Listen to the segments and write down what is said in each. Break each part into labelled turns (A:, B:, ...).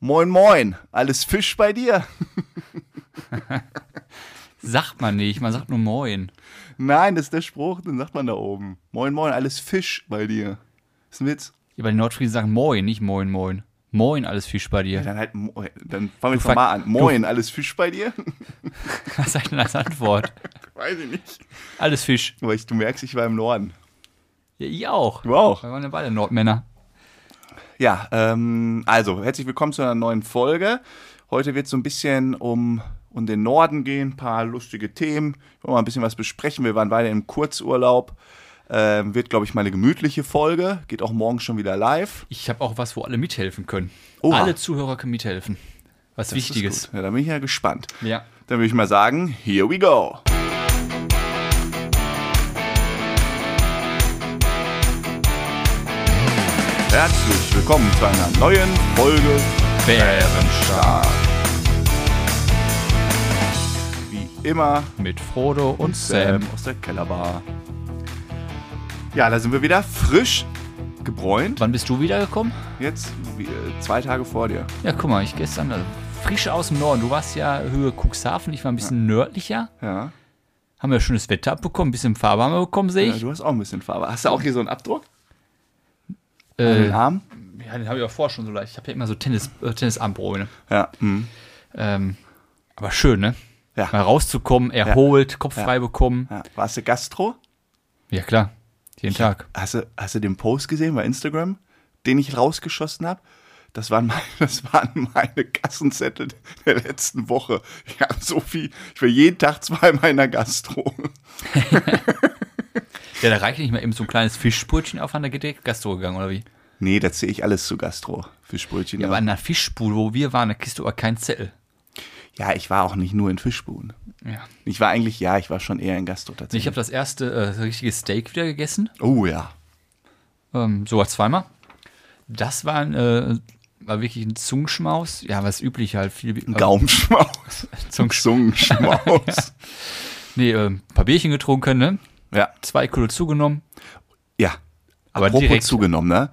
A: Moin, moin. Alles Fisch bei dir?
B: Sagt man nicht, man sagt nur Moin.
A: Nein, das ist der Spruch, den sagt man da oben. Moin, moin. Alles Fisch bei dir. Ist ein Witz.
B: Aber die Nordfriesen sagen Moin, nicht Moin, Moin. Moin, alles Fisch bei dir.
A: Dann halt, mo- dann fangen wir jetzt
B: frag-
A: mal an. Moin, alles Fisch bei dir?
B: Was sagt denn als Antwort?
A: Weiß ich nicht.
B: Alles Fisch.
A: Aber ich, du merkst, ich war im Norden.
B: Ja, ich auch.
A: Du auch?
B: Wir waren ja beide Nordmänner.
A: Ja, ähm, also herzlich willkommen zu einer neuen Folge. Heute wird es so ein bisschen um, um den Norden gehen, ein paar lustige Themen. Wir wollen mal ein bisschen was besprechen. Wir waren beide im Kurzurlaub. Ähm, wird, glaube ich, mal eine gemütliche Folge. Geht auch morgen schon wieder live.
B: Ich habe auch was, wo alle mithelfen können.
A: Oha.
B: Alle Zuhörer können mithelfen. Was
A: Das ist
B: Wichtiges.
A: gut. Ja, da bin ich ja gespannt.
B: Ja.
A: Dann würde ich mal sagen, here we go. Herzlich willkommen zu einer neuen Folge
B: Bärenstark.
A: wie immer
B: Mit Frodo und Sam.
A: aus der Kellerbar. Ja, da sind wir wieder frisch gebräunt.
B: Wann bist du wiedergekommen?
A: Jetzt wie, äh, zwei Tage vor dir.
B: Ja, guck mal, ich gestern also frisch aus dem Norden. Du warst ja Höhe Cuxhaven, ich war ein bisschen nördlicher.
A: Ja.
B: Haben wir schönes Wetter abbekommen, ein bisschen Farbe haben wir bekommen, sehe
A: ja.
B: ich.
A: Du hast auch ein bisschen Farbe. Hast du auch hier so einen Abdruck
B: Ja,
A: an
B: äh,
A: den Arm?
B: ja den habe ich auch vorher schon so leicht. Ich habe ja immer so Tennis, äh, Tennisarmprobleme.
A: Ja. Mhm.
B: Ähm, aber schön, ne?
A: Ja.
B: Mal rauszukommen, erholt, Kopf frei bekommen.
A: ja. Warst du Gastro?
B: Ja, klar. Jeden Tag.
A: Hast du, hast du den Post gesehen bei Instagram, den ich rausgeschossen habe? Das waren, meine, das waren meine Kassenzettel der letzten Woche. Ich habe so viel. Ich war jeden Tag zweimal in der Gastro.
B: Ja, da reicht nicht mal eben so ein kleines Fischbrötchen auf an der Gedeckt Gastro gegangen, oder wie?
A: Nee, das sehe ich alles zu Gastro. Fischbrötchen.
B: Ja,
A: Ja,
B: aber an der Fischbude, wo wir waren, da kriegst du aber keinen Zettel.
A: ja, ich war auch nicht nur in Fischbuhnen.
B: Ja.
A: Ich war eigentlich, ja, ich war schon eher in Gastro
B: Ich
A: tatsächlich.
B: habe das erste äh, richtige Steak wieder gegessen.
A: oh ja.
B: ähm, sogar zweimal. Das war, ein, äh, war wirklich ein Zungenschmaus. Ja, was üblich halt. Viel, äh,
A: Gaumenschmaus.
B: Zungenschmaus.
A: Zungenschmaus.
B: Nee, äh, ein paar Bierchen getrunken, ne?
A: ja.
B: Zwei Kilo zugenommen.
A: Ja.
B: Aber
A: Apropos
B: direkt-
A: zugenommen, ne?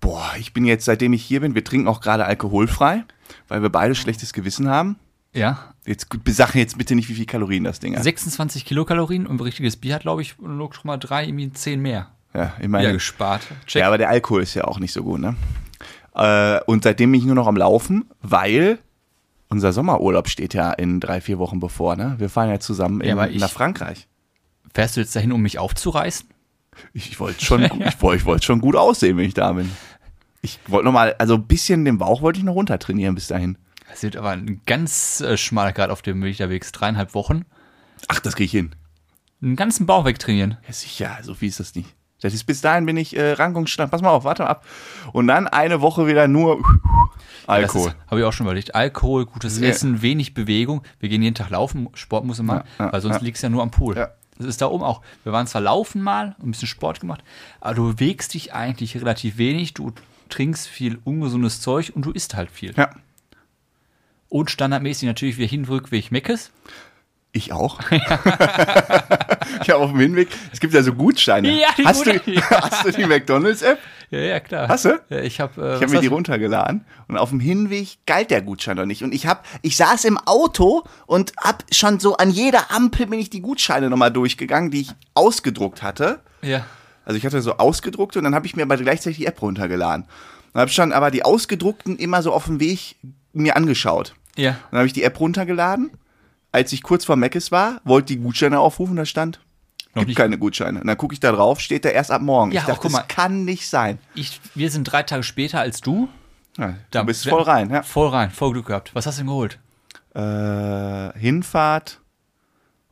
A: Boah, ich bin jetzt, seitdem ich hier bin, wir trinken auch gerade alkoholfrei, weil wir beide schlechtes Gewissen haben.
B: Ja,
A: Jetzt besag jetzt bitte nicht, wie viel Kalorien das Ding hat.
B: 26 Kilokalorien und ein richtiges Bier hat, glaube ich, 0,3, irgendwie 10 mehr.
A: Ja, ich
B: Wieder
A: meine,
B: gespart. Check.
A: ja, aber der Alkohol ist ja auch nicht so gut, ne? Äh, und seitdem bin ich nur noch am Laufen, weil unser Sommerurlaub steht ja in drei, vier Wochen bevor, ne? Wir fahren ja zusammen in,
B: Ja, aber ich-
A: nach Frankreich.
B: Fährst du jetzt dahin, um mich aufzureißen?
A: Ich wollte schon, gu- ich wollte, ich wollte schon gut aussehen, wenn ich da bin. Ich wollte nochmal, also ein bisschen den Bauch wollte ich noch runter trainieren bis dahin.
B: Das wird aber ein ganz äh, schmaler Grad auf dem Weg unterwegs. Dreieinhalb Wochen.
A: Ach, das kriege ich hin.
B: Einen ganzen Bauch wegtrainieren.
A: Ja, sicher, so viel ist das nicht. Das ist, bis dahin bin ich äh, Rankungsstand. Pass mal auf, warte mal ab. Und dann eine Woche wieder nur Alkohol.
B: Habe ich auch schon überlegt. Alkohol, gutes Essen, wenig Bewegung. Wir gehen jeden Tag laufen, Sport muss man machen, weil sonst liegst du ja nur am Pool.
A: Ja.
B: Das ist da oben auch. Wir waren zwar laufen mal, ein bisschen Sport gemacht, aber du bewegst dich eigentlich relativ wenig, du trinkst viel ungesundes Zeug und du isst halt viel.
A: Ja,
B: Und standardmäßig natürlich wieder hin, Rückweg, Meckes.
A: ich auch. ich habe auf dem Hinweg, es gibt ja so Gutscheine.
B: Ja, die
A: hast, du,
B: Gutscheine, ja.
A: hast du die McDonalds-App?
B: Ja, ja, klar.
A: Hast du?
B: Ja, ich habe äh,
A: Ich habe mir die runtergeladen und auf dem Hinweg galt der Gutschein noch nicht. Und ich hab, ich saß im Auto und hab schon so an jeder Ampel bin ich die Gutscheine nochmal durchgegangen, die ich ausgedruckt hatte.
B: ja.
A: Also ich hatte so ausgedruckte und dann habe ich mir aber gleichzeitig die App runtergeladen. Dann habe ich schon aber die ausgedruckten immer so auf dem Weg mir angeschaut.
B: Ja.
A: Dann habe ich die App runtergeladen. Als ich kurz vor Meckes war, wollte die Gutscheine aufrufen, da stand,
B: Noch
A: gibt
B: nicht.
A: keine Gutscheine. Und dann gucke ich da drauf, steht da erst ab morgen.
B: Ja,
A: ich
B: auch,
A: dachte,
B: guck mal.
A: das kann nicht sein.
B: Ich, wir sind drei Tage später als du.
A: Ja,
B: Da-
A: du bist voll rein. Ja.
B: Voll rein, voll Glück gehabt. Was hast du denn geholt?
A: Äh, Hinfahrt.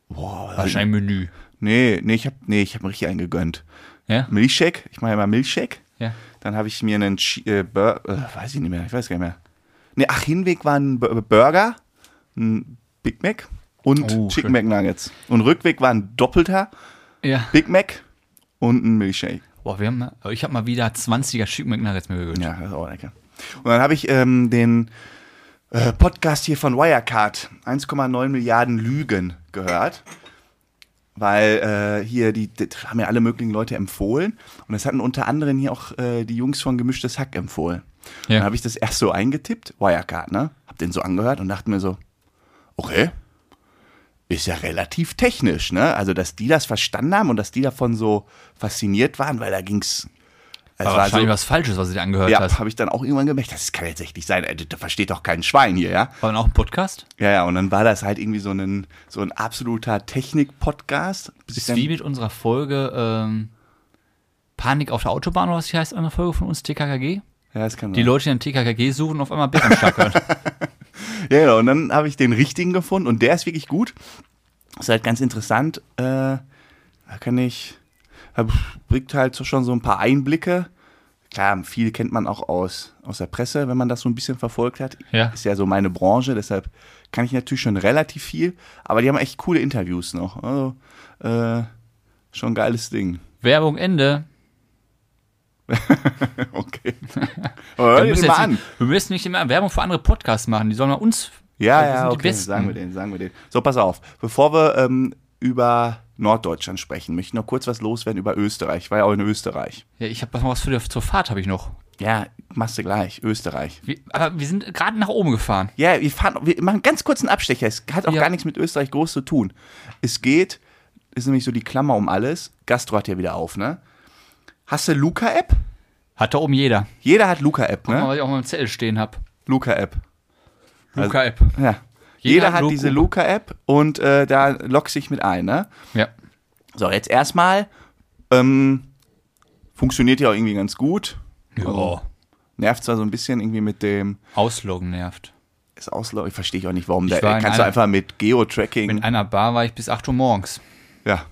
A: Boah,
B: Wahrscheinlich Menü.
A: nee, nee, ich habe nee, ich hab mir richtig einen gegönnt.
B: Ja?
A: Milchshake, ich mache ja mal Milchshake.
B: Ja.
A: Dann habe ich mir einen Che- äh, Bur äh, weiß ich nicht mehr, ich weiß gar nicht mehr. Ne, ach, Hinweg war ein Bu- äh, Burger, ein Big Mac und
B: Oh,
A: Chicken
B: schön.
A: McNuggets. Und Rückweg war ein doppelter
B: Ja.
A: Big Mac und ein Milkshake.
B: Boah, wir haben, mal- ich habe mal wieder 20er Chicken McNuggets mir gegönnt.
A: Ja, das ist auch lecker. Und dann habe ich ähm, den äh, Podcast hier von Wirecard, 1,9 Milliarden Lügen, gehört. Weil äh, hier, die, die haben ja alle möglichen Leute empfohlen. Und das hatten unter anderem hier auch äh, die Jungs von Gemischtes Hack empfohlen.
B: Ja.
A: Dann habe ich das erst so eingetippt, Wirecard, ne? Hab den so angehört und dachte mir so, okay, ist ja relativ technisch, ne? Also, dass die das verstanden haben und dass die davon so fasziniert waren, weil da ging's. Es
B: Aber
A: war so,
B: wahrscheinlich was Falsches, was du dir angehört
A: ja,
B: hast.
A: habe ich dann auch irgendwann gemerkt, das kann jetzt echt nicht sein. Äh, Das versteht doch kein Schwein hier, ja?
B: War dann auch ein Podcast?
A: Ja, ja, und dann war das halt irgendwie so ein, so ein absoluter Technik-Podcast. Bis ich
B: Ist wie
A: dann-
B: mit unserer Folge ähm, Panik auf der Autobahn oder was die heißt, eine Folge von uns, TKKG.
A: Ja, das kann
B: Die
A: sein.
B: Leute, die einen TKKG suchen, und auf einmal Bären stackeln.
A: Ja, genau. Und dann habe ich den richtigen gefunden und der ist wirklich gut. Ist halt ganz interessant. Äh, da kann ich, da bringt halt so schon so ein paar Einblicke. Klar, viel kennt man auch aus, aus der Presse, wenn man das so ein bisschen verfolgt hat.
B: Ja.
A: Ist ja so meine Branche, deshalb kann ich natürlich schon relativ viel. Aber die haben echt coole Interviews noch. Also, äh, schon ein geiles Ding.
B: Werbung Ende.
A: Okay. Aber hör dir
B: wir,
A: den
B: müssen
A: mal
B: jetzt
A: an.
B: nicht, wir müssen nicht immer Werbung für andere Podcasts machen. Die sollen mal uns. äh,
A: Ja,
B: wir
A: ja,
B: sind die
A: okay.
B: Besten.
A: Sagen wir den, sagen wir den. So, pass auf. Bevor wir ähm, über Norddeutschland sprechen, möchte ich noch kurz was loswerden über Österreich. Ich war ja auch in Österreich.
B: Ja, ich habe noch was für die, zur Fahrt habe ich noch.
A: Ja, machst du gleich. Österreich.
B: Wir, aber wir sind gerade nach oben gefahren.
A: Ja, wir, fahren, wir machen ganz kurz einen Abstecher. Es hat auch
B: Ja.
A: gar nichts mit Österreich groß zu tun. Es geht, ist nämlich so die Klammer um alles. Gastro hat ja wieder auf, ne? Hast du Luca-App?
B: Hat da oben jeder.
A: Jeder hat Luca-App,
B: Guck mal,
A: ne?
B: was ich auch mal im Zettel stehen habe.
A: Luca-App. Also
B: Luca-App.
A: Ja.
B: Jeder
A: Jeder,
B: hat
A: hat
B: Luca.
A: diese Luca-App und äh, da lockt sich mit ein, ne?
B: Ja.
A: So, jetzt erstmal. Ähm, funktioniert ja auch irgendwie ganz gut. Oh.
B: ja.
A: Nervt zwar so ein bisschen irgendwie mit dem.
B: Ausloggen nervt.
A: Ist Auslau ich verstehe ich auch nicht, warum.
B: Ich
A: Da
B: war in
A: kannst du
B: einer-
A: einfach mit Geo-Tracking.
B: In einer Bar war ich bis 8 Uhr morgens.
A: Ja.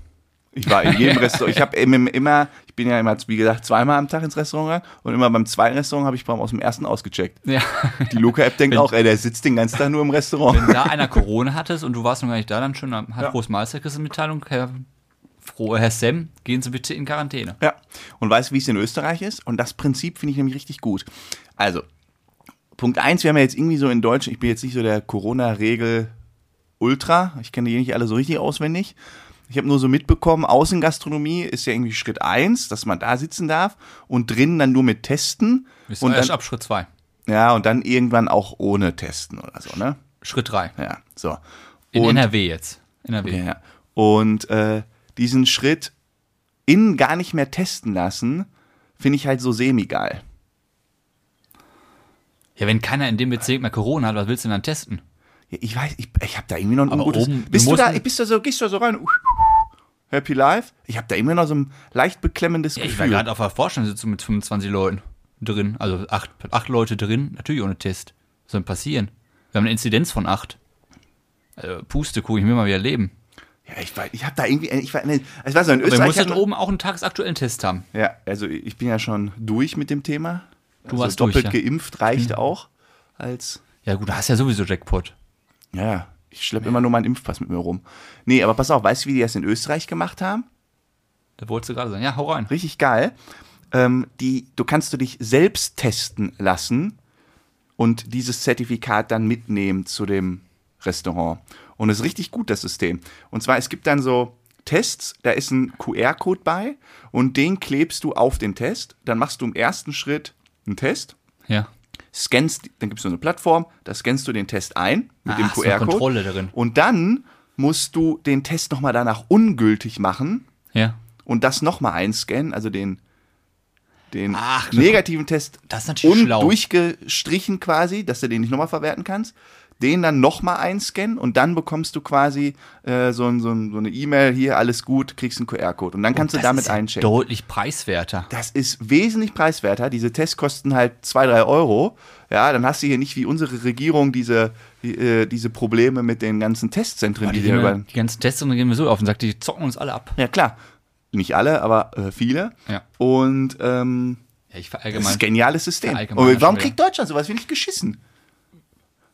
A: Ich war in jedem Restaurant. Ich habe immer, ich bin ja immer, wie gesagt, zweimal am Tag ins Restaurant gegangen und immer beim zweiten Restaurant habe ich beim aus dem ersten ausgecheckt.
B: Ja.
A: Die Luca-App denkt auch, ey, der sitzt den ganzen Tag nur im Restaurant.
B: Wenn da einer Corona hattest und du warst noch gar nicht da, dann schon hat
A: Ja.
B: Groß Meister kriegst du eine Mitteilung, Herr, Frohe, Herr Sam, gehen Sie bitte in Quarantäne.
A: Ja, und weißt, wie es in Österreich ist? Und das Prinzip finde ich nämlich richtig gut. Also, Punkt eins wir haben ja jetzt irgendwie so in Deutschland, ich bin jetzt nicht so der Corona-Regel Ultra, ich kenne die nicht alle so richtig auswendig. Ich habe nur so mitbekommen, Außengastronomie ist ja irgendwie Schritt eins dass man da sitzen darf und drinnen dann nur mit Testen
B: Bist du
A: und
B: erst
A: dann,
B: ab Schritt 2.
A: ja, und dann irgendwann auch ohne Testen oder so, ne?
B: Schritt 3.
A: Ja, so.
B: In
A: Und-
B: NRW jetzt. NRW.
A: ja, ja. Und äh, diesen Schritt innen gar nicht mehr testen lassen, finde ich halt so semi-geil.
B: Ja, wenn keiner in dem Bezirk mehr Corona hat, was willst du denn dann testen?
A: Ja, ich weiß, ich, ich habe da irgendwie noch ein
B: Aber
A: ungutes.
B: oben, du
A: bist du
B: musst-
A: da, bist du so, gehst du so rein? uh, Happy Life? Ich habe da immer noch so ein leicht beklemmendes
B: Ja, ich war
A: Gefühl.
B: gerade auf der Vorstandssitzung mit 25 Leuten drin, also acht, acht Leute drin, natürlich ohne Test. Was soll denn passieren? Wir haben eine Inzidenz von acht. Also Pustekuchen, ich will mal wieder leben.
A: ja, ich, war, ich habe da irgendwie, ich war, nee, ich war so in
B: Aber man
A: Österreich.
B: muss
A: hat
B: dann
A: man-
B: oben auch einen tagesaktuellen Test haben.
A: Ja, also ich bin ja schon durch mit dem Thema. Du also
B: warst durch,
A: doppelt
B: ja. Mhm.
A: geimpft reicht auch als
B: Ja gut, da hast ja sowieso Jackpot.
A: Ja, ja. Ich schleppe immer nur meinen Impfpass mit mir rum. Nee, aber pass auf, weißt du, wie die das in Österreich gemacht haben?
B: Da wolltest du gerade sagen, ja, hau rein.
A: Richtig geil. Ähm, die, du kannst du dich selbst testen lassen und dieses Zertifikat dann mitnehmen zu dem Restaurant. Und es ist richtig gut, das System. Und zwar, es gibt dann so Tests, da ist ein QR-Code bei und den klebst du auf den Test. Dann machst du im ersten Schritt einen Test,
B: Ja.
A: scannst, dann gibt's so eine Plattform, da scannst du den Test ein mit
B: Ah,
A: dem
B: hast du eine
A: QR-Code.
B: Kontrolle darin.
A: Und dann musst du den Test nochmal danach ungültig machen
B: Ja.
A: und das nochmal einscannen, also den, den
B: Ach, das-
A: negativen Test
B: das ist natürlich
A: un-
B: schlau.
A: durchgestrichen quasi, dass du den nicht nochmal verwerten kannst, den dann nochmal einscannen und dann bekommst du quasi äh, so, ein, so, ein, so eine E-Mail, hier alles gut, kriegst einen QR-Code und dann kannst
B: Oh, Das
A: du damit
B: ist ja
A: einchecken.
B: Deutlich preiswerter.
A: Das ist wesentlich preiswerter. Diese Tests kosten halt 2, 3 Euro. Ja, dann hast du hier nicht wie unsere Regierung diese, die, äh, diese Probleme mit den ganzen Testzentren, die,
B: die,
A: die hier
B: gehen
A: über,
B: wir- die ganzen Tests und dann gehen wir so auf und sagt, die zocken uns alle ab.
A: Ja, klar. Nicht alle, aber äh, viele.
B: Ja.
A: Und ähm,
B: Ja, ich
A: das ist ein
B: verallgemein.
A: geniales System.
B: Ja, allgemein
A: Und
B: schon
A: warum
B: wieder.
A: kriegt Deutschland sowas? Wir nicht geschissen.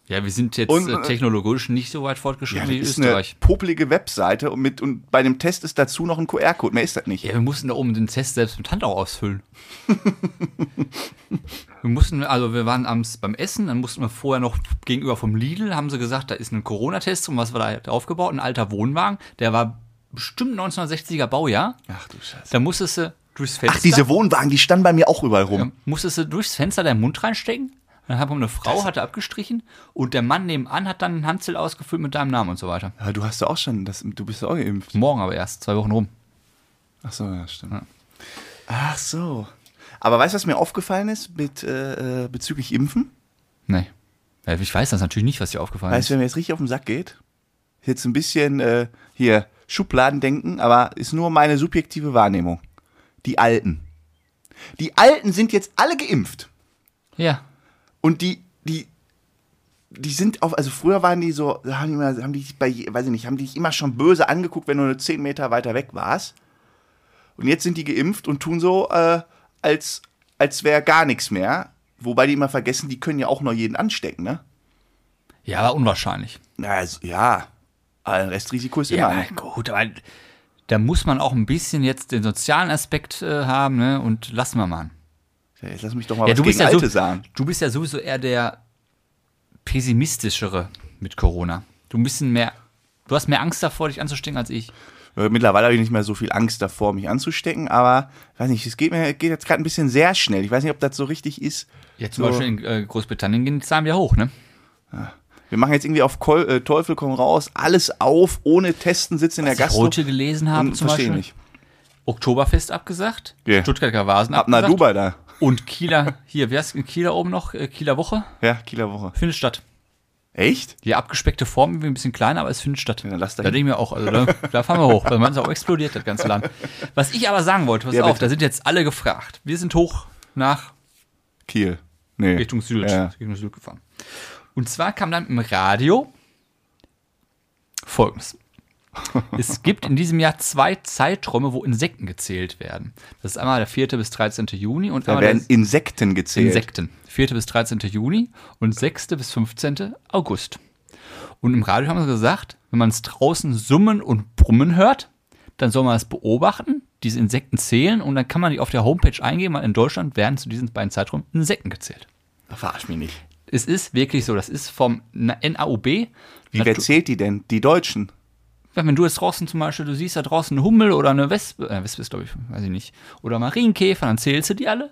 B: Ja, wir sind jetzt
A: Und,
B: äh,
A: äh,
B: technologisch nicht so weit fortgeschritten
A: Das
B: wie
A: ist
B: Österreich.
A: eine popelige Webseite und, mit, und bei dem Test ist dazu noch ein QR-Code. Mehr ist das nicht.
B: Ja, wir mussten da oben den Test selbst mit Hand auch ausfüllen. wir mussten, also wir waren abends beim Essen, dann mussten wir vorher noch gegenüber vom Lidl, haben sie gesagt, da ist ein Corona-Test und was war da aufgebaut? Ein alter Wohnwagen, der war bestimmt 1960er Baujahr.
A: Ach du Scheiße.
B: Da musstest du durchs Fenster.
A: Ach, diese Wohnwagen, die standen bei mir auch überall rum.
B: Ja, musstest du durchs Fenster deinen Mund reinstecken? Dann hat eine Frau hatte abgestrichen und der Mann nebenan hat dann einen Hanzel ausgefüllt mit deinem Namen und so weiter.
A: Ja. du hast ja auch schon, das, du bist ja auch geimpft.
B: Morgen aber erst, zwei Wochen rum.
A: Ach so, ja, stimmt. Ach so. Aber weißt du, was mir aufgefallen ist mit, äh, äh, bezüglich Impfen?
B: Nee. Ja, Ich weiß das natürlich nicht, was dir aufgefallen
A: Weißt du,
B: ist.
A: wenn mir jetzt richtig auf den Sack geht, ist jetzt ein bisschen äh, hier Schubladendenken, aber ist nur meine subjektive Wahrnehmung. Die Alten. Die Alten sind jetzt alle geimpft.
B: Ja.
A: Und die, die, die sind auf, also früher waren die so, da haben die, immer, haben die dich bei, je- weiß ich nicht, haben die dich immer schon böse angeguckt, wenn du nur 10 Meter weiter weg warst. Und jetzt sind die geimpft und tun so, äh, als, als wäre gar nichts mehr. Wobei die immer vergessen, die können ja auch nur jeden anstecken, ne?
B: Ja, aber unwahrscheinlich.
A: Na, also, ja. Aber Restrisiko ist immer.
B: Ja, gut, aber da muss man auch ein bisschen jetzt den sozialen Aspekt äh, haben, ne? Und lassen wir mal.
A: Ja, Jetzt lass mich doch mal
B: Ja,
A: was
B: du bist
A: gegen
B: ja,
A: Alte
B: so,
A: sagen.
B: du bist ja sowieso eher der pessimistischere mit Corona. Du ein bisschen mehr, du hast mehr Angst davor, dich anzustecken als ich.
A: Äh, Mittlerweile habe ich nicht mehr so viel Angst davor, mich anzustecken, aber weiß nicht, es geht mir geht jetzt gerade ein bisschen sehr schnell. Ich weiß nicht, ob das so richtig ist.
B: Ja, zum
A: so,
B: Beispiel in äh, Großbritannien gehen die Zahlen wieder hoch, ne?
A: Wir machen jetzt irgendwie auf Kol äh, Teufel komm raus, alles auf, ohne Testen, sitzen in der
B: Was ich
A: Gastro.
B: heute gelesen habe,
A: Und
B: zum
A: verstehe
B: Beispiel
A: nicht.
B: Oktoberfest abgesagt,
A: Ja.
B: Stuttgarter Vasen
A: Ab nach
B: abgesagt
A: Dubai da.
B: und Kieler, hier, wie heißt in Kieler oben noch? Äh, Kieler Woche
A: Ja, Kieler Woche.
B: findet statt.
A: Echt?
B: Die abgespeckte Form, irgendwie ein bisschen kleiner, aber es findet statt.
A: Ja, dann lass
B: da
A: da
B: denke ich mir auch, also da, da fahren wir hoch. Da ist auch explodiert, das ganze Land. Was ich aber sagen wollte, pass
A: Ja,
B: auf,
A: bitte.
B: da sind jetzt alle gefragt. Wir sind hoch nach
A: Kiel. Nee.
B: Richtung Sylt,
A: Ja.
B: Richtung Sylt gefahren. Und zwar kam dann im Radio Folgendes. es gibt in diesem Jahr zwei Zeiträume, wo Insekten gezählt werden. Das ist einmal der 4. bis 13. Juni und
A: Da
B: einmal
A: werden
B: der
A: Insekten gezählt.
B: Insekten. 4. bis 13. Juni und 6. bis 15. August. Und im Radio haben sie gesagt, wenn man es draußen summen und brummen hört, dann soll man es beobachten, diese Insekten zählen und dann kann man die auf der Homepage eingeben, weil in Deutschland werden zu diesen beiden Zeiträumen Insekten gezählt.
A: Verarsch mich nicht.
B: Es ist wirklich so, das ist vom Na- NAUB.
A: Wie wer
B: Natu-
A: zählt die denn? Die Deutschen.
B: wenn du jetzt draußen zum Beispiel, du siehst da draußen eine Hummel oder eine Wespe, äh, Wespe ist glaube ich, weiß ich nicht, oder Marienkäfer, dann zählst du die alle.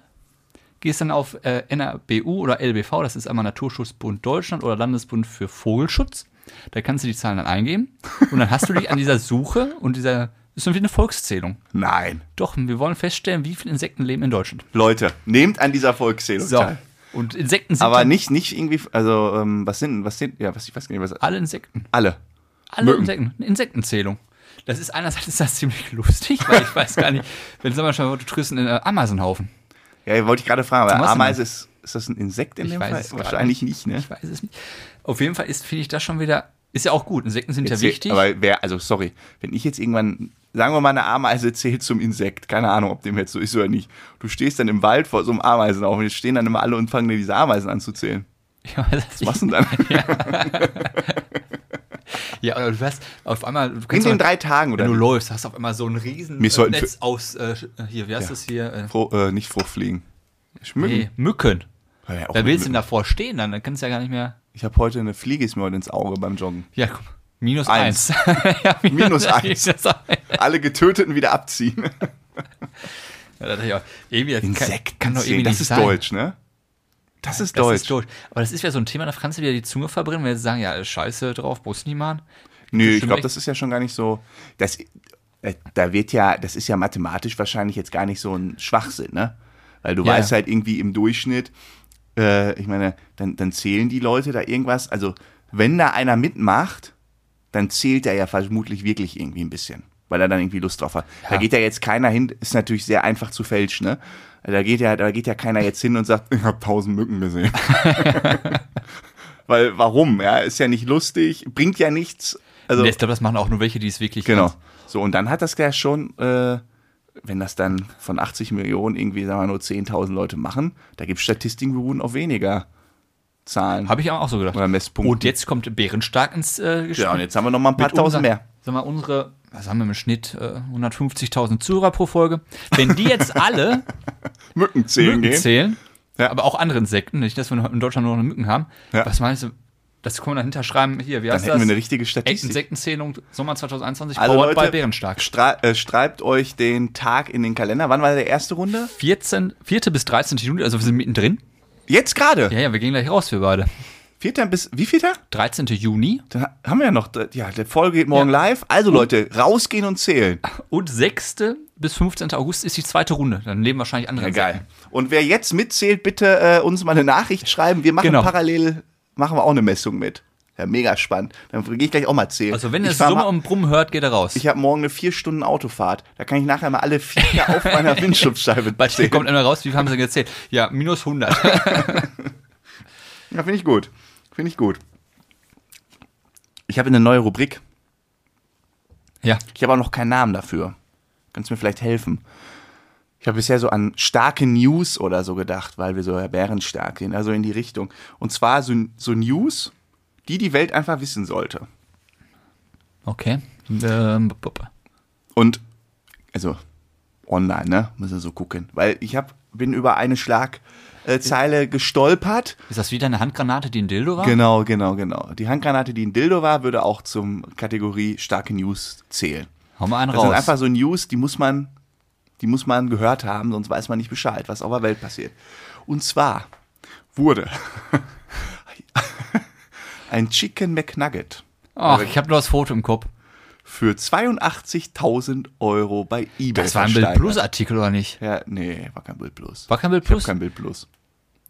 B: Gehst dann auf äh, NABU oder LBV, das ist einmal Naturschutzbund Deutschland oder Landesbund für Vogelschutz. Da kannst du die Zahlen dann eingeben und dann hast du dich an dieser Suche und dieser, ist irgendwie eine Volkszählung.
A: Nein.
B: Doch, wir wollen feststellen, wie viele Insekten leben in Deutschland.
A: Leute, nehmt an dieser Volkszählung
B: So.
A: teil.
B: Und Insekten sind
A: Aber
B: dann
A: nicht, nicht irgendwie, also, ähm, was sind, was sind, ja, was, ich weiß gar nicht, was,
B: alle Insekten.
A: alle.
B: Alle Insekten, eine Insektenzählung. Das ist einerseits ist das ziemlich lustig, weil ich weiß gar nicht, wenn sagen wir schon, du triffst einen äh, Ameisenhaufen.
A: Ja, wollte ich gerade fragen, weil
B: Was denn?
A: Ameise ist, ist das ein Insekt in
B: Ich
A: dem
B: weiß
A: Fall?
B: es gerade
A: Wahrscheinlich nicht, ne?
B: Ich weiß es nicht. Auf jeden Fall ist finde ich das schon wieder ist ja auch gut. Insekten sind ja
A: Zähl-
B: wichtig.
A: Aber wer, also sorry, wenn ich jetzt irgendwann, sagen wir mal, eine Ameise zählt zum Insekt, keine Ahnung, ob dem jetzt so ist oder nicht. Du stehst dann im Wald vor so einem Ameisenhaufen und jetzt stehen dann immer alle und fangen dir diese Ameisen an zu zählen.
B: ja, aber das
A: Was denn dann?
B: ja, oder du hast auf einmal du
A: In
B: kannst
A: den
B: mal,
A: drei Tagen oder?
B: wenn du läufst, hast du auf einmal so ein riesen
A: Wir
B: äh,
A: sollten
B: Netz aus äh, hier, wie heißt
A: Ja.
B: das hier? Äh,
A: Fro äh, nicht Fruchtfliegen. Schmücken.
B: nee, Mücken.
A: Ja, ja, auch
B: Da willst du
A: Mücken.
B: denn davor stehen, dann, dann kannst du ja gar nicht mehr.
A: Ich habe heute eine Fliege ist mir heute ins Auge beim Joggen.
B: Ja, komm. Minus eins.
A: Eins.
B: ja,
A: Minus eins.
B: minus eins.
A: Alle Getöteten wieder abziehen.
B: Ja, das hab ich auch. Irgendwie, das
A: Insekten.
B: kann, kann doch irgendwie
A: zählen. das
B: nicht
A: ist
B: sein.
A: Deutsch, ne? Das ist
B: Das
A: Deutsch.
B: ist Deutsch. Aber das ist ja so ein Thema, da kannst du wieder die Zunge verbrennen, wenn wir jetzt sagen, ja, Scheiße drauf, muss nie machen.
A: Nö, ich
B: Bestimmt
A: glaube,
B: echt.
A: das ist ja schon gar nicht so. Das, äh, da wird ja, das ist ja mathematisch wahrscheinlich jetzt gar nicht so ein Schwachsinn, ne? Weil du
B: Ja,
A: weißt
B: ja.
A: halt irgendwie im Durchschnitt, äh, ich meine, dann, dann zählen die Leute da irgendwas. Also, wenn da einer mitmacht, dann zählt er ja vermutlich wirklich irgendwie ein bisschen, weil er dann irgendwie Lust drauf hat. Da
B: Ja.
A: geht ja jetzt keiner hin, ist natürlich sehr einfach zu fälschen, ne? Da geht ja, da geht ja keiner jetzt hin und sagt, ich habe tausend Mücken gesehen. weil warum? Ja, ist ja nicht lustig, bringt ja nichts. Also
B: Nee, ich glaube, das machen auch nur welche, die es wirklich
A: Genau.
B: ganz-
A: So, und dann hat das ja schon, äh, wenn das dann von 80 Millionen irgendwie, sagen wir nur 10.000 Leute machen, da gibt es Statistiken, beruhen auf weniger Zahlen
B: Habe ich aber auch so gedacht.
A: oder Messpunkten.
B: Und jetzt kommt Bärenstark ins äh, Gespräch.
A: ja, und jetzt haben wir noch mal ein paar
B: Mit
A: Tausend
B: unser-
A: mehr.
B: Sag mal, unsere, was haben wir im Schnitt, äh, 150.000 Zuhörer pro Folge. Wenn die jetzt alle
A: Mücken zählen
B: Mücken zählen,
A: Ja.
B: aber auch andere Insekten, nicht, dass wir noch in Deutschland nur noch Mücken haben,
A: Ja.
B: was meinst du, Das können wir dahinter schreiben. Hier, wie
A: Dann
B: heißt
A: hätten
B: das?
A: wir eine richtige Statistik.
B: Insektenzählung Sommer 2021
A: Alle
B: powered
A: Leute-
B: by Bärenstark.
A: Stra äh, schreibt euch den Tag in den Kalender. Wann war der erste Runde?
B: 14, 4. bis 13. Juli, also wir sind mittendrin.
A: Jetzt gerade.
B: Ja, ja, wir gehen gleich raus, wir beide.
A: Vierter bis wie vierter?
B: 13. Juni
A: Dann ha- haben wir ja noch. Ja, der Folge geht morgen live. Also Leute, rausgehen und zählen.
B: und 6. bis 15. August ist die zweite Runde. Dann leben wahrscheinlich andere.
A: Ja,
B: Insekten.
A: geil. Und wer jetzt mitzählt, bitte äh, uns mal eine Nachricht schreiben. Wir machen
B: Genau.
A: parallel machen wir auch eine Messung mit. Ja, mega spannend. Dann gehe ich gleich auch mal zählen.
B: Also wenn ihr
A: ich
B: das
A: fahr
B: Summer
A: mal-
B: und Brummen hört, geht er raus.
A: ich habe morgen eine vier Stunden Autofahrt. Da kann ich nachher mal alle vier auf meiner Windschutzscheibe
B: Bei
A: zählen.
B: Tipp kommt immer raus, wie viel haben sie gezählt? Ja, minus 100.
A: Ja, finde ich gut. Finde ich gut. Ich habe eine neue Rubrik.
B: ja.
A: Ich habe auch noch keinen Namen dafür. Kannst du mir vielleicht helfen? Ich habe bisher so an starke News oder so gedacht, weil wir so ja, bärenstark sind, also in die Richtung. Und zwar so, so News, die die Welt einfach wissen sollte.
B: Okay. Ähm, b- b-
A: Und, also online, ne? Müssen wir so gucken. Weil ich hab, bin über eine Schlagzeile äh, Zeile gestolpert.
B: ist das wieder eine Handgranate, die ein Dildo war?
A: Genau, genau, genau. Die Handgranate, die ein Dildo war, würde auch zum Kategorie starke News zählen.
B: Hau mal einen
A: Das sind
B: raus.
A: einfach so News, die muss man, die muss man gehört haben, sonst weiß man nicht Bescheid, was auf der Welt passiert. Und zwar wurde ein Chicken McNugget
B: Ach, ich habe nur das Foto im Kopf.
A: für 82.000 Euro bei eBay
B: Das war ein Bild
A: versteigert.
B: Plus Artikel oder nicht?
A: Ja, nee, war kein Bild Plus.
B: War kein Bild
A: ich hab
B: Plus?
A: kein Bild Plus.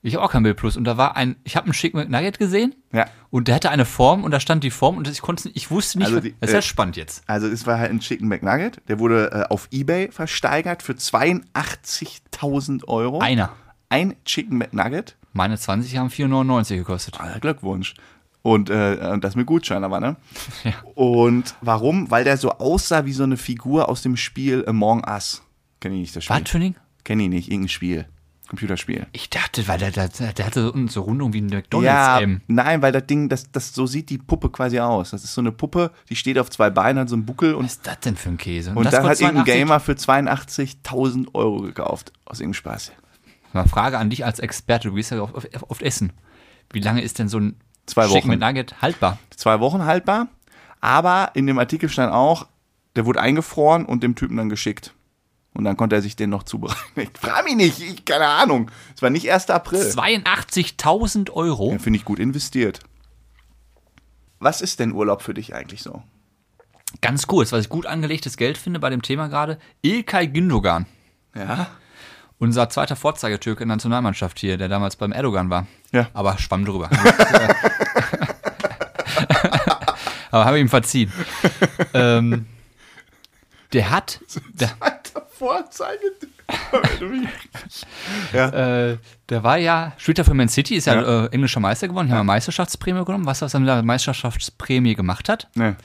B: Ich hab auch kein Bild Plus. Und da war ein, ich habe einen Schick McNugget gesehen.
A: Ja.
B: Und der hatte eine Form und da stand die Form und ich konnte, ich wusste nicht,
A: Also
B: was-
A: die-
B: das ist ja
A: äh,
B: spannend jetzt.
A: Also es war halt ein Chicken McNugget, der wurde äh, auf eBay versteigert für 82.000 Euro.
B: Einer.
A: Ein Chicken McNugget.
B: Meine 20 haben 4,99 gekostet.
A: Ah, Glückwunsch. Und äh, das mit Gutschein aber, ne?
B: Ja.
A: Und warum? Weil der so aussah wie so eine Figur aus dem Spiel Among Us. Kenn ich nicht, das Spiel.
B: Was, Tüning?
A: Kenn ich nicht, irgendein Spiel. Computerspiel.
B: Ich dachte, weil der, der, der hatte so, so Rundung wie ein
A: ja,
B: McDonalds-M.
A: nein, weil das Ding, das, das, so sieht die Puppe quasi aus. Das ist so eine Puppe, die steht auf zwei Beinen, hat so einen Buckel und,
B: Was ist das denn für ein Käse?
A: und das,
B: kostet
A: hat irgendein
B: 82.
A: Gamer für 82.000 Euro gekauft. Aus irgendeinem Spaß.
B: Mal Frage an dich als Experte, du gehst ja oft, oft essen. Wie lange ist denn so ein
A: Zwei
B: Chicken
A: Wochen.
B: McNugget haltbar?
A: Zwei Wochen haltbar, aber in dem Artikel stand auch, der wurde eingefroren und dem Typen dann geschickt. Und dann konnte er sich den noch zubereiten. Ich frage mich nicht, ich, keine Ahnung. Es war nicht 1. April.
B: 82.000 Euro?
A: Ja, finde ich gut investiert. Was ist denn Urlaub für dich eigentlich so?
B: Ganz kurz, was ich gut angelegtes Geld finde bei dem Thema gerade, Ilkay Gündogan.
A: Ja.
B: Unser zweiter Vorzeigetürke in der Nationalmannschaft hier, der damals beim Erdogan war.
A: Ja.
B: Aber schwamm drüber. Aber habe ich ihm verziehen. ähm, der hat, der,
A: Alter, Vorzeige.
B: äh, der war ja, spielt ja für Man City, ist ja,
A: Ja.
B: Äh, englischer Meister geworden, die haben ja Meisterschaftsprämie genommen. Weißt du, was er mit der Meisterschaftsprämie gemacht hat?
A: nee.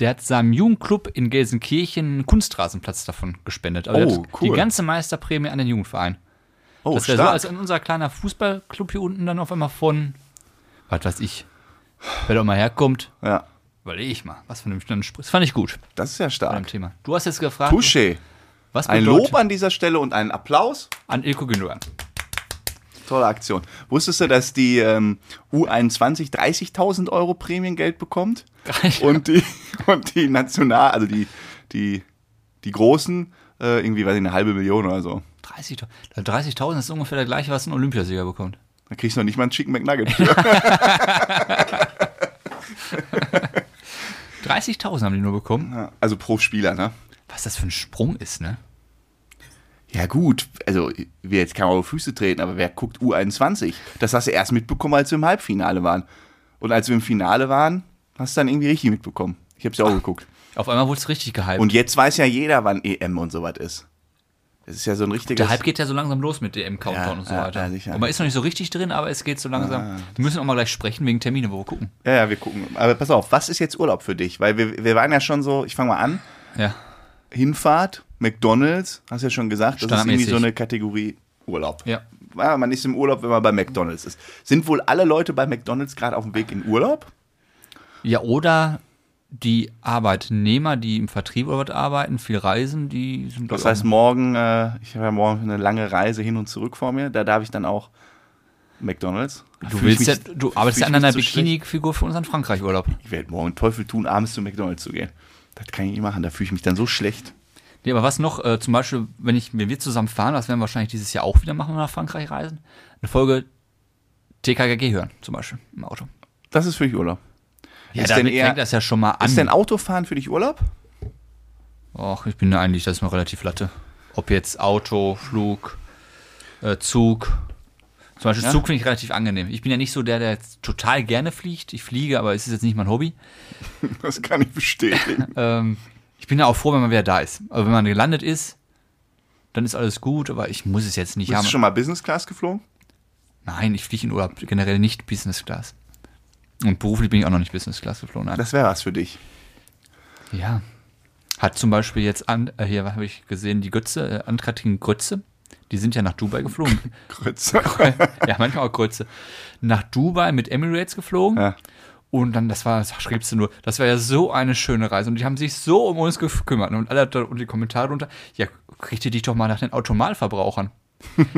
B: Der hat seinem Jugendclub in Gelsenkirchen einen Kunstrasenplatz davon gespendet. Also der
A: Oh,
B: hat
A: cool.
B: Die ganze Meisterprämie an den Jugendverein.
A: Oh,
B: Das wäre so, also als wenn unser kleiner Fußballclub hier unten dann auf einmal von, was weiß ich, wer doch mal herkommt,
A: ja,
B: überlege ich mal, was von dem Stand spricht. Das fand ich gut
A: das ist ja
B: bei dem
A: stark.
B: Thema. Du hast jetzt gefragt,
A: Touché.
B: was
A: Ein
B: bedeutet
A: Lob an dieser Stelle und einen Applaus.
B: an Ilko Gündogan?
A: Tolle Aktion. Wusstest du, dass die ähm, U21 30.000 Euro Prämiengeld bekommt? Und die, und die National, also die, die, die Großen, äh, irgendwie, weiß ich, eine halbe Million oder so.
B: 30.000 30.000 äh, ist ungefähr der gleiche, was ein Olympiasieger bekommt.
A: Da kriegst du noch nicht mal einen Chicken McNugget für.
B: 30.000 haben die nur bekommen.
A: Ja, Also pro Spieler, ne?
B: Was das für ein Sprung ist, ne?
A: Ja gut, also wir jetzt kann man auf Füße treten, aber wer guckt U21? Das hast du erst mitbekommen, als wir im Halbfinale waren. Und als wir im Finale waren, hast du dann irgendwie richtig mitbekommen. Ich hab's ja auch geguckt.
B: Auf einmal wurde es richtig gehypt.
A: Und jetzt weiß ja jeder, wann EM und sowas ist. Das ist ja so ein richtiges...
B: der Hype geht ja so langsam los mit DM-Countdown
A: Ja,
B: und so
A: ja,
B: weiter.
A: ja, sicher. Ah.
B: und man ist noch nicht so richtig drin, aber es geht so langsam. Wir müssen auch mal gleich sprechen wegen Termine, wo wir gucken.
A: Ja, ja, wir gucken. Aber pass auf, was ist jetzt Urlaub für dich? Weil wir, wir waren ja schon so, ich fange mal an,
B: Ja.
A: Hinfahrt, McDonalds, hast ja schon gesagt, das ist irgendwie
B: Standardmäßig.
A: so eine Kategorie Urlaub.
B: Ja.
A: Ja, man ist im Urlaub, wenn man bei McDonalds ist. Sind wohl alle Leute bei McDonalds gerade auf dem Weg in Urlaub?
B: Ja, oder die Arbeitnehmer, die im Vertrieb oder was arbeiten, viel reisen, die sind
A: Das
B: glaub ich,
A: heißt, morgen, äh, ich habe ja morgen eine lange Reise hin und zurück vor mir, da darf ich dann auch McDonalds.
B: Du,
A: Fühl ich
B: willst ja,
A: mich-
B: du
A: fühl
B: arbeitest
A: ich
B: ja an
A: mich
B: einer
A: so schlecht.
B: Bikini-Figur für unseren Frankreich-Urlaub.
A: Ich werde morgen Teufel tun, abends zu McDonalds zu gehen. Das kann ich nicht machen, da fühle ich mich dann so schlecht.
B: Nee, aber was noch, äh, zum Beispiel, wenn, ich, wenn wir zusammen fahren, das werden wir wahrscheinlich dieses Jahr auch wieder machen, wenn wir nach Frankreich reisen, eine Folge TKKG hören, zum Beispiel, im Auto.
A: Das ist für dich Urlaub.
B: Ja,
A: Ist denn
B: damit
A: eher-
B: fängt das ja schon mal
A: Ist denn
B: an.
A: Autofahren für dich Urlaub?
B: Och, ich bin da eigentlich, das ist mir relativ latte. Ob jetzt Auto, Flug, äh, Zug. Zum Beispiel
A: Ja?
B: Zug finde ich relativ angenehm. Ich bin ja nicht so der, der jetzt total gerne fliegt. Ich fliege, aber es ist jetzt nicht mein Hobby.
A: Das kann ich bestätigen.
B: Ähm, ich bin ja auch froh, wenn man wieder da ist. Aber wenn man gelandet ist, dann ist alles gut, aber ich muss es jetzt nicht
A: Bist
B: haben.
A: du schon mal Business Class geflogen?
B: Nein, ich fliege in Urlaub generell nicht Business Class. Und beruflich bin ich auch noch nicht Business Class geflogen. Nein.
A: Das wäre was für dich.
B: Ja. Hat zum Beispiel jetzt an, äh, hier habe ich gesehen, die Götze, äh, Antratin Grütze, die sind ja nach Dubai geflogen.
A: Grütze.
B: ja, manchmal auch Grütze. Nach Dubai mit Emirates geflogen.
A: Ja.
B: Und dann, das war, das schriebst du nur, das war ja so eine schöne Reise. Und die haben sich so um uns gekümmert. Und alle da und die Kommentare drunter, ja, richte dich doch mal nach den Automalverbrauchern.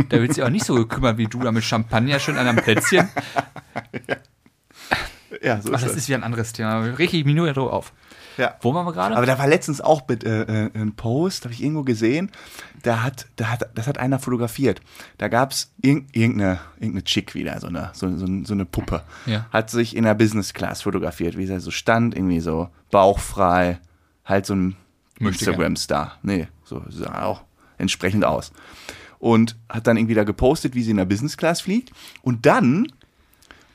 B: da wird sich auch nicht so gekümmert wie du da mit Champagner schön an einem Plätzchen.
A: ja, so
B: Aber
A: ist
B: das
A: das.
B: ist wieder ein anderes Thema. Richte ich mich nur darauf auf.
A: Ja.
B: Wo waren wir gerade?
A: Aber da war letztens auch mit, äh, äh, ein Post, habe ich irgendwo gesehen, da hat, da hat, das hat einer fotografiert. Da gab es irgendeine, irgendeine Chick wieder, so eine, so, so, so eine Puppe.
B: Ja.
A: Hat sich in der Business Class fotografiert, wie sie so stand, irgendwie so bauchfrei, halt so ein
B: Möchte gern.
A: Instagram-Star. Nee, so sah auch entsprechend aus. Und hat dann irgendwie da gepostet, wie sie in der Business Class fliegt. Und dann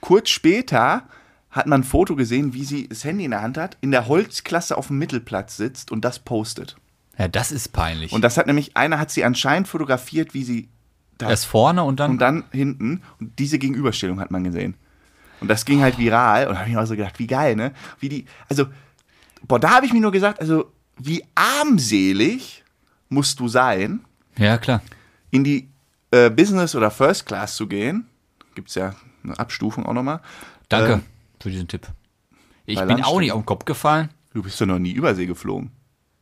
A: Kurz später hat man ein Foto gesehen, wie sie das Handy in der Hand hat, in der Holzklasse auf dem Mittelplatz sitzt und das postet.
B: Ja, das ist peinlich.
A: Und das hat nämlich, einer hat sie anscheinend fotografiert, wie sie da
B: Erst vorne und dann.
A: und dann hinten. Und diese Gegenüberstellung hat man gesehen. Und das ging halt viral. Und da habe ich mir auch so gedacht, wie geil, ne? Wie die, also, boah, da habe ich mir nur gesagt, also, wie armselig musst du sein,
B: ja, klar.
A: in die äh, Business- oder First Class zu gehen. Gibt es ja eine Abstufung auch nochmal.
B: Danke
A: Ähm,
B: für diesen Tipp. Ich
A: bei
B: bin auch
A: Landstrecke.
B: nicht auf den Kopf gefallen.
A: Du bist doch noch nie Übersee geflogen.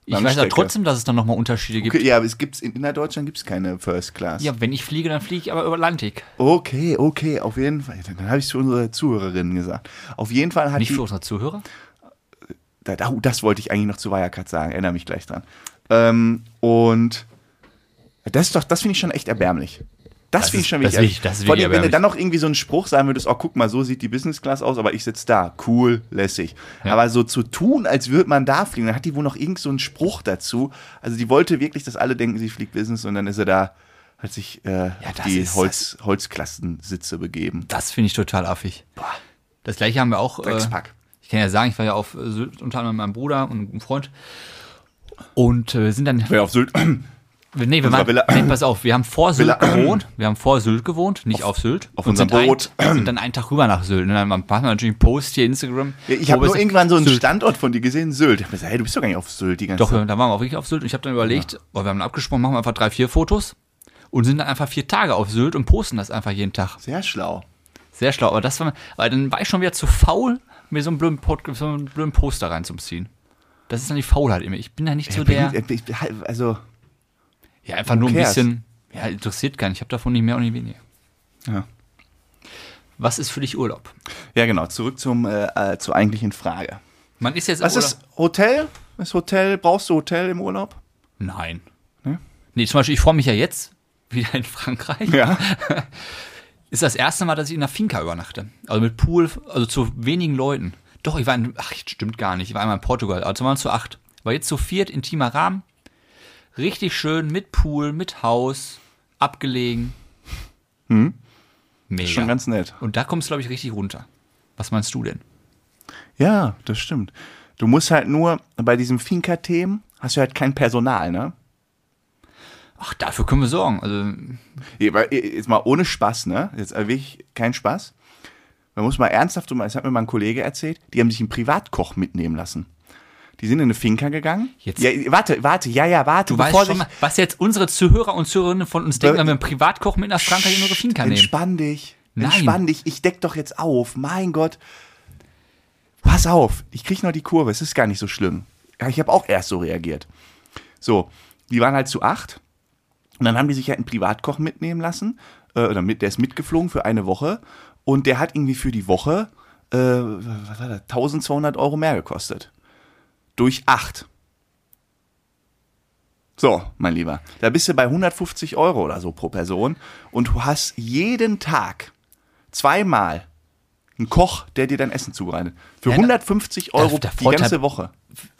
B: Ich weiß ja
A: Landstrecke.
B: trotzdem, dass es dann nochmal Unterschiede gibt.
A: Okay, ja, aber es gibt's in Innerdeutschland gibt es keine First Class.
B: Ja, wenn ich fliege, dann fliege ich aber über Atlantik.
A: Okay, okay, auf jeden Fall. Dann, dann habe ich es für unsere Zuhörerinnen gesagt. Auf jeden Fall hat
B: Nicht
A: die,
B: für unsere Zuhörer.
A: da, da, oh, das wollte ich eigentlich noch zu Wirecard sagen, erinnere mich gleich dran. Ähm, und das ist doch, das finde ich schon echt erbärmlich. Das,
B: Das
A: finde ich
B: ist-
A: schon
B: das
A: wirklich
B: ist- das ist
A: Vor allem,
B: wirklich
A: wenn du
B: erbärmlich.
A: dann noch irgendwie so einen Spruch sagen würdest, oh, guck mal, so sieht die Business Class aus, aber ich sitze da. Cool, lässig.
B: Ja.
A: Aber so zu tun, als würde man da fliegen, dann hat die wohl noch irgend so einen Spruch dazu. Also die wollte wirklich, dass alle denken, sie fliegt Business und dann ist sie da, hat sich äh, auf
B: das
A: die
B: ist-
A: Holz, Holzklassensitze begeben.
B: Das finde ich total affig. Das gleiche haben wir auch. äh,
A: Dreckspack.
B: Ich kann ja sagen, ich war ja auf äh, Sylt unter anderem mit meinem Bruder und einem Freund. Und äh, wir sind dann.
A: Wer auf Sylt
B: Nee, wir
A: unserer
B: waren,
A: Villa.
B: nee, pass auf, wir haben vor Sylt
A: Villa.
B: gewohnt. Wir haben vor Sylt gewohnt, nicht auf, Sylt.
A: auf
B: Und sind
A: unserem Boot.
B: Ein, sind dann einen Tag rüber nach Sylt. Und dann machen wir natürlich einen Post hier Instagram.
A: Ja, ich
B: wo
A: habe
B: wir
A: nur
B: sind.
A: irgendwann so einen
B: Sylt.
A: Standort von dir gesehen, Sylt. Ich habe gesagt, hey, du bist doch gar nicht auf Sylt die ganze
B: Doch,
A: Zeit.
B: da waren wir auch wirklich auf Sylt. Und ich habe dann überlegt, boah, wir haben abgesprochen, machen wir einfach drei, vier Fotos und sind dann einfach vier Tage auf Sylt und posten das einfach jeden Tag.
A: Sehr schlau.
B: Sehr schlau. Aber das war, aber dann war ich schon wieder zu faul, mir so einen blöden, Pod, so einen blöden Poster reinzuziehen. Das ist dann die Faulheit immer. Ich bin da nicht so der.
A: Ich- ich- ich- Also,
B: Ja, einfach nur ein
A: cares?
B: bisschen. Ja, interessiert gar nicht. Ich habe davon nicht mehr und nicht weniger.
A: ja.
B: Was ist für dich Urlaub?
A: ja, genau. Zurück zum, äh, äh, zur eigentlichen Frage.
B: Man ist jetzt im
A: Was ist Hotel? Ist Hotel, brauchst du Hotel im Urlaub?
B: Nein.
A: Ne?
B: Nee, zum Beispiel, ich freue mich ja jetzt wieder in Frankreich.
A: Ja.
B: Ist das erste Mal, dass ich in einer Finca übernachte. Also mit Pool, also zu wenigen Leuten. Doch, ich war in, ach, stimmt gar nicht. Ich war einmal in Portugal, also waren zu acht. War jetzt zu viert, intimer Rahmen. Richtig schön, mit Pool, mit Haus, abgelegen. Hm. Mega.
A: Schon ganz nett.
B: Und da kommst du, glaube ich, richtig runter. Was meinst du denn?
A: Ja, das stimmt. Du musst halt nur, bei diesem Finca-Themen hast du halt kein Personal, ne?
B: Ach, dafür können wir sorgen. Also,
A: Ja, aber Jetzt mal ohne Spaß, ne? Jetzt wirklich kein Spaß. Man muss mal ernsthaft, und mal- das hat mir mal ein Kollege erzählt, die haben sich einen Privatkoch mitnehmen lassen. Die sind in eine Finca gegangen.
B: Jetzt-
A: Ja, warte, warte, ja, ja, warte.
B: du weißt schon mal, was jetzt unsere Zuhörer und Zuhörerinnen von uns denken, wenn wir einen Privatkoch mit nach Frankreich in unsere Finca nehmen.
A: Entspann dich.
B: Nein.
A: Entspann dich. Ich deck doch jetzt auf. Mein Gott. Pass auf. Ich krieg noch die Kurve. Es ist gar nicht so schlimm. Ja, Ich habe auch erst so reagiert. So, die waren halt zu acht. Und dann haben die sich halt einen Privatkoch mitnehmen lassen. äh, oder mit, der ist mitgeflogen für eine Woche und der hat irgendwie für die Woche äh, was war das, 1200 Euro mehr gekostet. Durch acht. So, mein Lieber, da bist du bei 150 Euro oder so pro Person und du hast jeden Tag zweimal einen Koch, der dir dein Essen zubereitet. Für
B: Ja, da-
A: 150 Euro
B: da
A: die
B: freut
A: ganze
B: er-
A: Woche.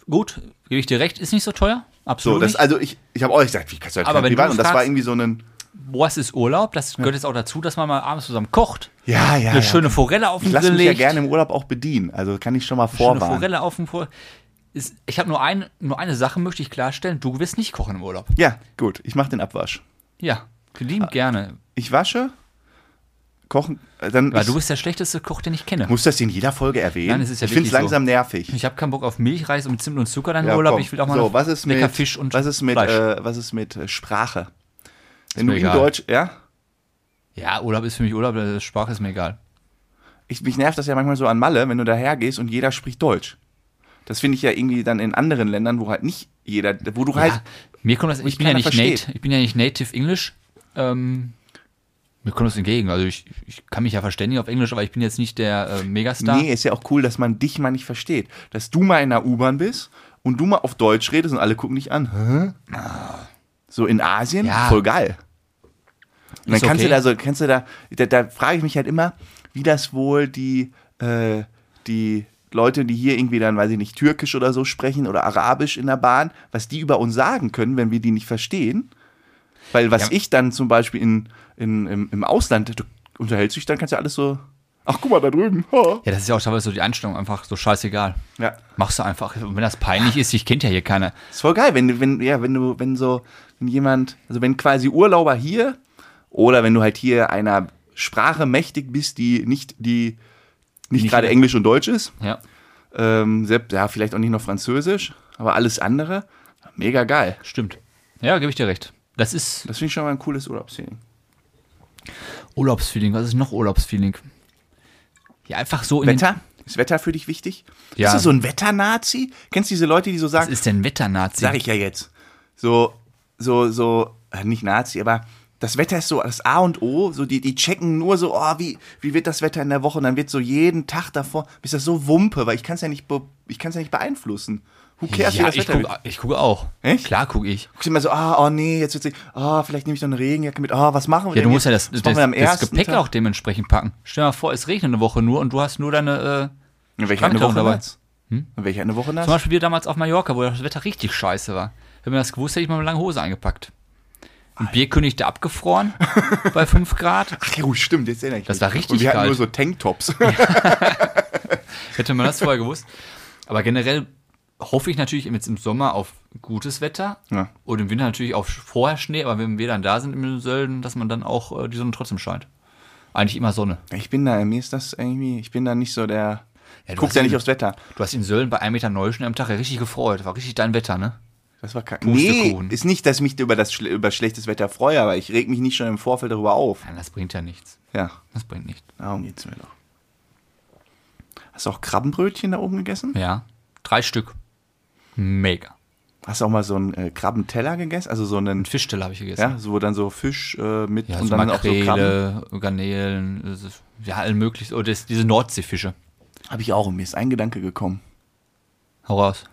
B: Gut, gebe ich dir recht, ist nicht so teuer.
A: So,
B: Absolut.
A: das,
B: nicht.
A: also ich, ich habe auch gesagt, wie kannst du das
B: Aber
A: kein
B: wenn du
A: privat? Und das
B: fragst-
A: war irgendwie so ein.
B: Boah, es ist Urlaub, das gehört jetzt auch dazu, dass man mal abends zusammen kocht.
A: Ja, ja.
B: Eine
A: ja.
B: schöne Forelle auf
A: ich
B: dem
A: lasse
B: Grill
A: mich ja
B: legt.
A: gerne im Urlaub auch bedienen. Also kann ich schon mal
B: schöne
A: vorwarnen.
B: Forelle auf dem Vor ist, Ich habe nur, ein, nur eine Sache, möchte ich klarstellen. Du wirst nicht kochen im Urlaub. Ah.
A: Ja, gut. Ich mache den Abwasch.
B: Ja, lieben gerne.
A: Ich wasche, kochen, äh, dann.
B: Weil
A: ich,
B: du bist der schlechteste Koch, den ich kenne.
A: muss das in jeder Folge erwähnen?
B: Nein, es ist ja
A: ich finde
B: wirklich
A: es langsam nervig.
B: Ich habe keinen Bock auf Milch, Reis und Zimt und Zucker dann im
A: Ja,
B: Urlaub.
A: komm.
B: Ich will auch mal
A: so,
B: noch
A: was ist
B: lecker
A: mit,
B: Fisch und
A: was ist mit,
B: Fleisch.
A: äh, was ist mit äh, Sprache? Wenn du
B: mir
A: in
B: egal.
A: Deutsch, ja,
B: ja, Urlaub ist für mich Urlaub, äh, Sprache ist mir egal.
A: ich, mich nervt das ja manchmal so an Malle, wenn du daher gehst und jeder spricht Deutsch. Das finde ich ja irgendwie dann in anderen Ländern, wo halt nicht jeder, wo du halt
B: ja, Ah, mir kommt das, ich bin ja
A: keiner
B: nicht
A: versteht.
B: nat, ich bin ja nicht Native English. Ähm, mir kommt das entgegen. Also ich, ich kann mich ja verständigen auf Englisch, aber ich bin jetzt nicht der äh, Megastar.
A: Nee, ist ja auch cool, dass man dich mal nicht versteht. Dass du mal in der U-Bahn bist und du mal auf Deutsch redest und alle gucken dich an. Hä? So in Asien,
B: Ja.
A: voll geil. Und dann
B: Ist
A: kannst du
B: okay.
A: da so, kannst du da, da, da frage ich mich halt immer, wie das wohl die, äh, die Leute, die hier irgendwie dann, weiß ich nicht, Türkisch oder so sprechen oder Arabisch in der Bahn, was die über uns sagen können, wenn wir die nicht verstehen. Weil was
B: Ja.
A: ich dann zum Beispiel in, in, im, im Ausland, du unterhältst dich, dann kannst du alles so, ach guck mal da drüben. Ha.
B: Ja, das ist ja auch teilweise so die Einstellung, einfach so scheißegal.
A: Ja.
B: Machst du einfach. Und wenn das peinlich ist, ich kennt ja hier keiner.
A: Ist voll geil, wenn, du- wenn, ja, wenn du, wenn so, wenn jemand, also wenn quasi Urlauber hier oder wenn du halt hier einer Sprache mächtig bist, die nicht, die nicht,
B: Nicht
A: gerade
B: jeder-
A: Englisch und Deutsch ist,
B: Ja.
A: ähm, selbst, ja, vielleicht auch nicht noch Französisch, aber alles andere, mega geil.
B: Stimmt. Ja, gebe ich dir recht. Das ist
A: Das finde ich schon mal ein cooles Urlaubsfeeling.
B: Urlaubsfeeling. Was ist noch Urlaubsfeeling? Ja, einfach so in
A: Wetter? Ist Wetter für dich wichtig?
B: Ja.
A: Bist du so ein Wetternazi? Kennst du diese Leute, die so
B: Den,
A: sagen,
B: was ist denn Wetternazi?
A: sag ich ja jetzt, so, so, so, äh, nicht Nazi, aber das Wetter ist so das A und O, so die, die checken nur so, oh, wie, wie wird das Wetter in der Woche und dann wird so jeden Tag davor, mir ist das so Wumpe, weil ich kann es ja nicht, be- ich kann's ja nicht beeinflussen. Who cares, wie
B: ja,
A: das
B: ich
A: Wetter wird?
B: gucke ich guck auch.
A: Echt?
B: Klar gucke ich.
A: Guckst immer so, ah, oh nee, jetzt wird's, ah, vielleicht nehme ich noch eine Regenjacke mit, ah, was machen wir
B: Ja,
A: denn
B: du musst ja das,
A: jetzt?
B: das,
A: was machen wir am
B: das
A: ersten
B: Gepäck
A: Tag?
B: auch dementsprechend packen. Stell dir mal vor, es regnet eine Woche nur und du hast nur deine. Äh,
A: In welcher eine
B: Krankenhaus
A: Woche
B: dabei.
A: nass? Hm? In welcher eine Woche nass?
B: zum Beispiel wir damals auf Mallorca, wo das Wetter richtig scheiße war. Wenn man das gewusst hätte, hätte ich mal eine lange Hose eingepackt. Ein Bierkönig da abgefroren bei 5 Grad.
A: Ach ja, gut, stimmt, jetzt erinnere ich
B: Das
A: mich.
B: war richtig
A: Und wir hatten
B: kalt.
A: nur so Tanktops.
B: Hätte man das vorher gewusst. Aber generell hoffe ich natürlich jetzt im Sommer auf gutes Wetter
A: Ja.
B: und im Winter natürlich auf vorher Schnee, aber wenn wir dann da sind im Sölden, dass man dann auch äh, die Sonne trotzdem scheint. Eigentlich immer Sonne.
A: Ich bin da, mir ist das irgendwie, ich bin da nicht so der,
B: Ja, du
A: guck
B: hast
A: ja
B: ihn-
A: nicht aufs Wetter.
B: Du hast in Sölden bei 1,9 Meter Neuschnee am Tag ja richtig gefreut. War richtig dein Wetter, ne?
A: Das war kacke. Nee,
B: Pustekuchen.
A: ist nicht, dass ich mich über, das, schle- über schlechtes Wetter freue, aber ich reg mich nicht schon im Vorfeld darüber auf.
B: Nein, das bringt ja nichts.
A: Ja,
B: Das bringt nichts.
A: darum geht's mir doch. Hast du auch Krabbenbrötchen da oben gegessen?
B: Ja. Drei Stück. Mega.
A: Hast du auch mal so einen äh, Krabbenteller gegessen? Also so einen,
B: Ein Fischteller habe ich gegessen.
A: ja, so, wo dann so Fisch äh, mit
B: Ja,
A: und
B: so
A: dann auch so Krabben.
B: Makrele, Garnelen, es ist- ja, all möglich. Oder das, diese Nordseefische.
A: Habe ich auch und mir ist ein Gedanke gekommen.
B: Hau raus.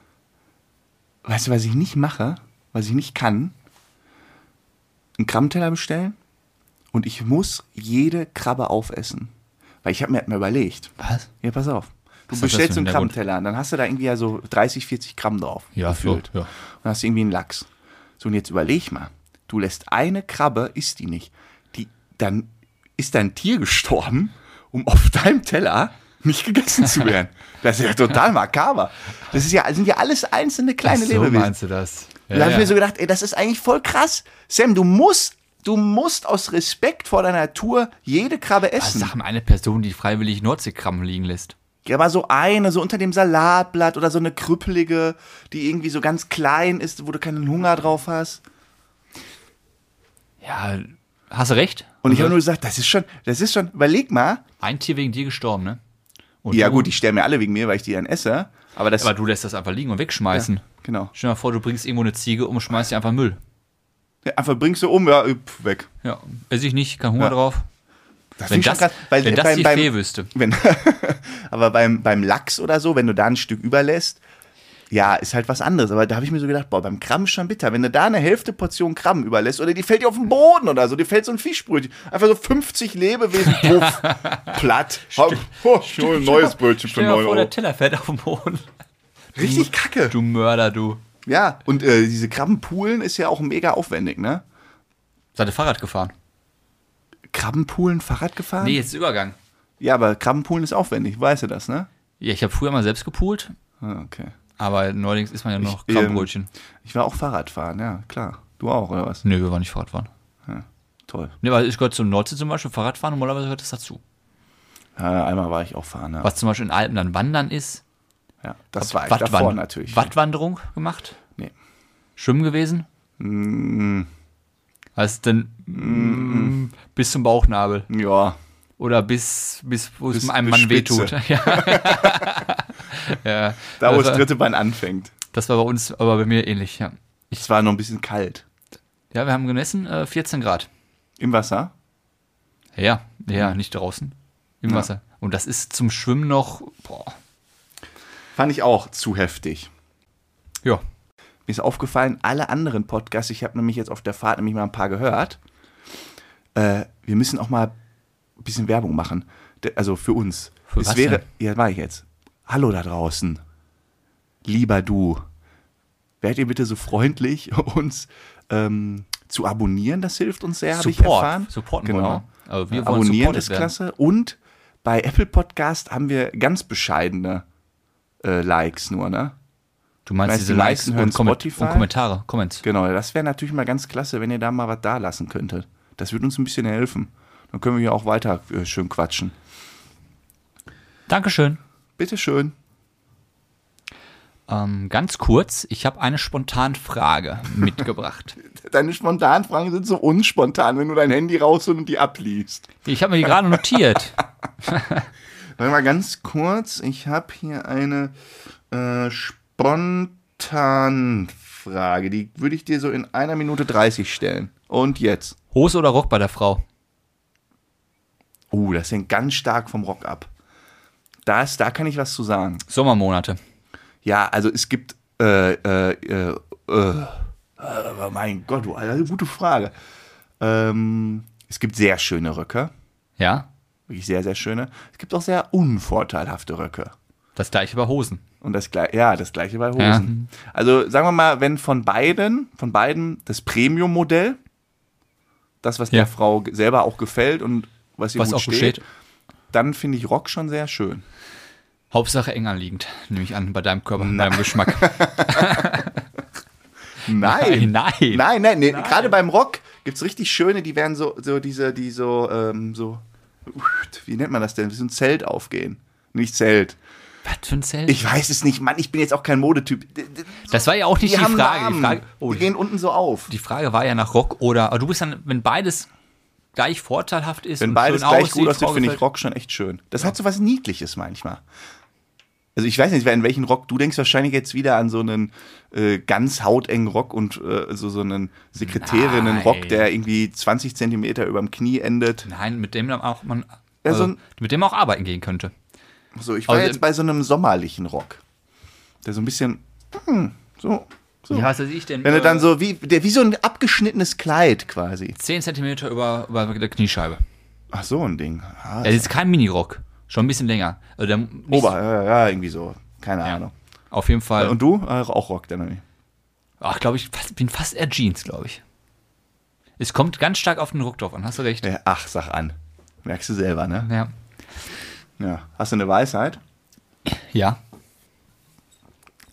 A: Weißt du, was ich nicht mache, was ich nicht kann? Einen Krabbenteller bestellen und ich muss jede Krabbe aufessen. Weil ich habe mir, hab mir überlegt,
B: Was?
A: Ja, pass auf. Du
B: Was hat das
A: bestellst
B: für
A: so einen
B: einen Hintergrund?
A: Krabbenteller und dann hast du da irgendwie ja so 30, 40 Gramm drauf.
B: Ja,
A: gefühlt.
B: so, ja.
A: Und hast irgendwie einen Lachs. So, und jetzt überleg mal. Du lässt eine Krabbe, isst die nicht. Die, dann ist dein Tier gestorben, um auf deinem Teller nicht gegessen zu werden. Das ist ja total makaber. Das ist ja, sind ja alles einzelne kleine
B: Ach so
A: Lebewesen.
B: meinst du das?
A: Da habe ich mir so gedacht, ey, das ist eigentlich voll krass. Sam, du musst, du musst aus Respekt vor deiner Natur jede Krabbe
B: Was
A: essen.
B: Ah, sag mal eine Person, die freiwillig Nordseekram liegen lässt?
A: Ja, aber so eine, so unter dem Salatblatt oder so eine krüppelige, die irgendwie so ganz klein ist, wo du keinen Hunger drauf hast.
B: Ja, hast du recht?
A: Und ich
B: Also,
A: habe nur gesagt, das ist schon, das ist schon, überleg mal.
B: ein Tier wegen dir gestorben, ne? Und
A: Ja
B: du-
A: gut, die sterben ja alle wegen mir, weil ich die dann esse. Aber das,
B: Aber du lässt das einfach liegen und wegschmeißen.
A: genau.
B: Stell dir mal vor, du bringst irgendwo eine Ziege um und schmeißt sie einfach Müll.
A: Ja, einfach bringst du um, ja, pf, weg.
B: Ja, esse ich nicht, kein Hunger
A: Ja.
B: drauf.
A: Das
B: Wenn
A: find ich schon
B: das,
A: krass, weil
B: wenn das
A: beim-
B: die
A: beim-
B: Fee wüsste.
A: Wenn, aber beim, beim Lachs oder so, wenn du da ein Stück überlässt, ja, ist halt was anderes. Aber da habe ich mir so gedacht, boah, beim Krabben schon bitter. Wenn du da eine Hälfte Portion Krabben überlässt oder die fällt dir auf den Boden oder so, dir fällt so ein Fischbrötchen. Einfach so 50 Lebewesen, puff, platt. Hau- Oh, ich hol ein neues Brötchen für
B: Stell dir mal
A: 9
B: vor,
A: Euro.
B: der Teller fällt auf den Boden.
A: Richtig kacke.
B: Du Mörder, du.
A: Ja, und äh, diese Krabbenpoolen ist ja auch mega aufwendig, ne?
B: Seid ihr Fahrrad gefahren?
A: Krabbenpoolen, Fahrrad gefahren?
B: Nee, jetzt ist Übergang.
A: Ja, aber Krabbenpoolen ist aufwendig, weißt du das, ne?
B: Ja, ich habe früher mal selbst gepoolt,
A: Ah, Okay.
B: aber neuerdings isst man ja nur noch
A: ähm,
B: Krabbenbrötchen.
A: Ich war auch Fahrradfahren, ja, klar. Du auch, oder was?
B: Nee, wir waren nicht Fahrradfahren.
A: Toll.
B: Nee, weil ich gehört zum Nordsee zum Beispiel, Fahrradfahren, normalerweise gehört das dazu.
A: Ja, Äh, einmal war ich auch fahren, ja.
B: Was zum Beispiel in Alpen dann Wandern ist.
A: ja das war ich
B: Wattwand-
A: davor natürlich.
B: Wattwanderung gemacht,
A: Nee. Mm.
B: schwimmen gewesen. Also dann mm, bis zum Bauchnabel
A: Ja,
B: oder bis, bis wo es
A: Bis-
B: einem
A: bis
B: Mann
A: Spitze.
B: wehtut. Ja. ja.
A: da wo
B: das,
A: das
B: war,
A: dritte Bein anfängt.
B: das war bei uns, aber bei mir ähnlich. Ja,
A: Es war noch ein bisschen kalt.
B: ja wir haben gemessen, äh, 14 Grad.
A: Im Wasser?
B: Ja,
A: Mhm.
B: ja, nicht draußen, im Wasser. Und das ist zum Schwimmen noch, boah,
A: Fand ich auch zu heftig.
B: ja,
A: Mir ist aufgefallen, alle anderen Podcasts, ich habe nämlich jetzt auf der Fahrt nämlich mal ein paar gehört, äh, wir müssen auch mal ein bisschen Werbung machen. De- Also für uns.
B: Für
A: es
B: was
A: wäre, ja, war ich jetzt. Hallo da draußen. Lieber du. Wärt ihr bitte so freundlich, uns ähm, zu abonnieren? Das hilft uns sehr, habe ich erfahren.
B: supporten
A: Genau.
B: wollen wir. Aber wir wollen
A: Abonnieren
B: supported
A: ist
B: werden.
A: klasse. Und bei Apple Podcast haben wir ganz bescheidene äh, Likes nur, ne?
B: Du meinst
A: Weißt,
B: diese
A: die
B: Likes
A: meisten hören
B: und, Komment
A: Spotify.
B: und Kommentare, Comments.
A: Genau, das wäre natürlich mal ganz klasse, wenn ihr da mal was da lassen könntet. Das würde uns ein bisschen helfen. Dann können wir hier auch weiter äh, schön quatschen.
B: Dankeschön.
A: Bitteschön.
B: Ähm, ganz kurz, ich habe eine spontane Frage mitgebracht.
A: Deine spontanen Fragen sind so unspontan, wenn du dein Handy raus und die abliest.
B: Ich habe mir die gerade notiert.
A: Warte mal ganz kurz. Ich habe hier eine äh, spontan Frage. Die würde ich dir so in einer Minute 30 stellen. Und jetzt.
B: Hose oder Rock bei der Frau?
A: Uh, das hängt ganz stark vom Rock ab. Das, da kann ich was zu sagen.
B: Sommermonate.
A: Ja, also es gibt. Äh, äh, äh, äh, äh, mein Gott, du Alter, gute Frage. Ähm, es gibt sehr schöne Röcke.
B: Ja,
A: Wirklich sehr, sehr schöne. Es gibt auch sehr unvorteilhafte Röcke.
B: das gleiche bei Hosen.
A: Und das gleiche, ja, das gleiche bei Hosen. Also sagen wir mal, wenn von beiden, von beiden das Premium-Modell, das, was
B: Ja.
A: der Frau ge- selber auch gefällt und was ihr
B: Was
A: gut
B: auch
A: steht,
B: besteht.
A: dann finde ich Rock schon sehr schön.
B: Hauptsache eng anliegend, nehme ich an, bei deinem Körper, deinem Geschmack.
A: Nein,
B: nein.
A: nein, nein, nee, gerade beim Rock gibt es richtig schöne, die werden so, so diese, die so, ähm, so, wie nennt man das denn, wie so ein Zelt aufgehen. Nicht Zelt.
B: Was für ein Zelt?
A: Ich weiß es nicht, Mann, ich bin jetzt auch kein Modetyp. D- d-
B: das war ja auch nicht die,
A: haben
B: Frage. Die
A: Namen.
B: Frage, oh,
A: die
B: die,
A: gehen unten so auf.
B: die Frage war ja nach Rock oder. Aber du bist dann, wenn beides gleich vorteilhaft ist,
A: Wenn
B: und
A: beides
B: schön
A: gleich
B: aussieht,
A: gut aussieht,
B: Frau
A: finde ich
B: gefällt-
A: Rock schon echt schön. Das hat so was Niedliches manchmal. Also ich weiß nicht, in welchen Rock, du denkst wahrscheinlich jetzt wieder an so einen äh, ganz hautengen Rock und äh, so, so einen Sekretärinnen-Rock,
B: Nein.
A: der irgendwie 20 Zentimeter über dem Knie endet.
B: Nein, mit dem dann auch man.
A: Ja, so
B: Also,
A: ein-
B: mit dem man auch arbeiten gehen könnte.
A: So, ich war
B: Also,
A: jetzt bei so einem sommerlichen Rock. Der so ein bisschen, hm, so, so.
B: Wie heißt das ich denn? äh,
A: Wenn du dann so, wie, der, wie so ein abgeschnittenes Kleid quasi.
B: 10 cm über, über der Kniescheibe.
A: Also. Ach, so ein Ding. Ah,
B: Das ist kein Minirock. Schon ein bisschen länger. Also der, nicht,
A: Ober, ja, ja, irgendwie so. Keine Ahnung.
B: Auf jeden Fall.
A: Und du? Ah, Auch Rock, dann. irgendwie.
B: Ach, glaube ich, fast, bin fast eher Jeans, glaube ich. Es kommt ganz stark auf den Rock drauf an, hast du recht.
A: Ja, ach, sag an. Merkst du selber, ne?
B: Ja.
A: Ja. Hast du eine Weisheit?
B: Ja.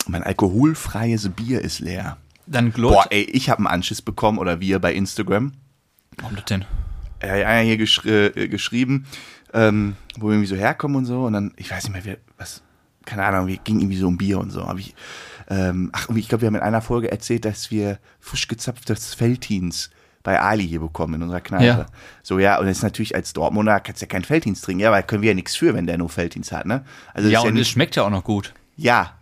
A: Mein alkoholfreies Bier ist leer.
B: Dann
A: Boah,
B: Glot.
A: ey, ich habe einen Anschiss bekommen oder wir bei Instagram.
B: Warum das denn?
A: Er hat einer hier geschri- äh, geschrieben, ähm, wo wir irgendwie so herkommen und so. Und dann, ich weiß nicht mehr, wer, was, keine Ahnung, wir ging irgendwie so um Bier und so. Hab ich, ähm, ach, ich glaube, wir haben in einer Folge erzählt, dass wir frisch gezapftes Feltins bei Ali hier bekommen in unserer Kneipe.
B: Ja.
A: So, ja, und das ist natürlich als Dortmunder kannst ja keinen Feltins trinken. Ja, weil können wir ja nichts für, wenn der nur Feltins hat, ne? Also, das
B: Ja,
A: ist ja
B: und
A: nicht-
B: es schmeckt ja auch noch gut.
A: Ja,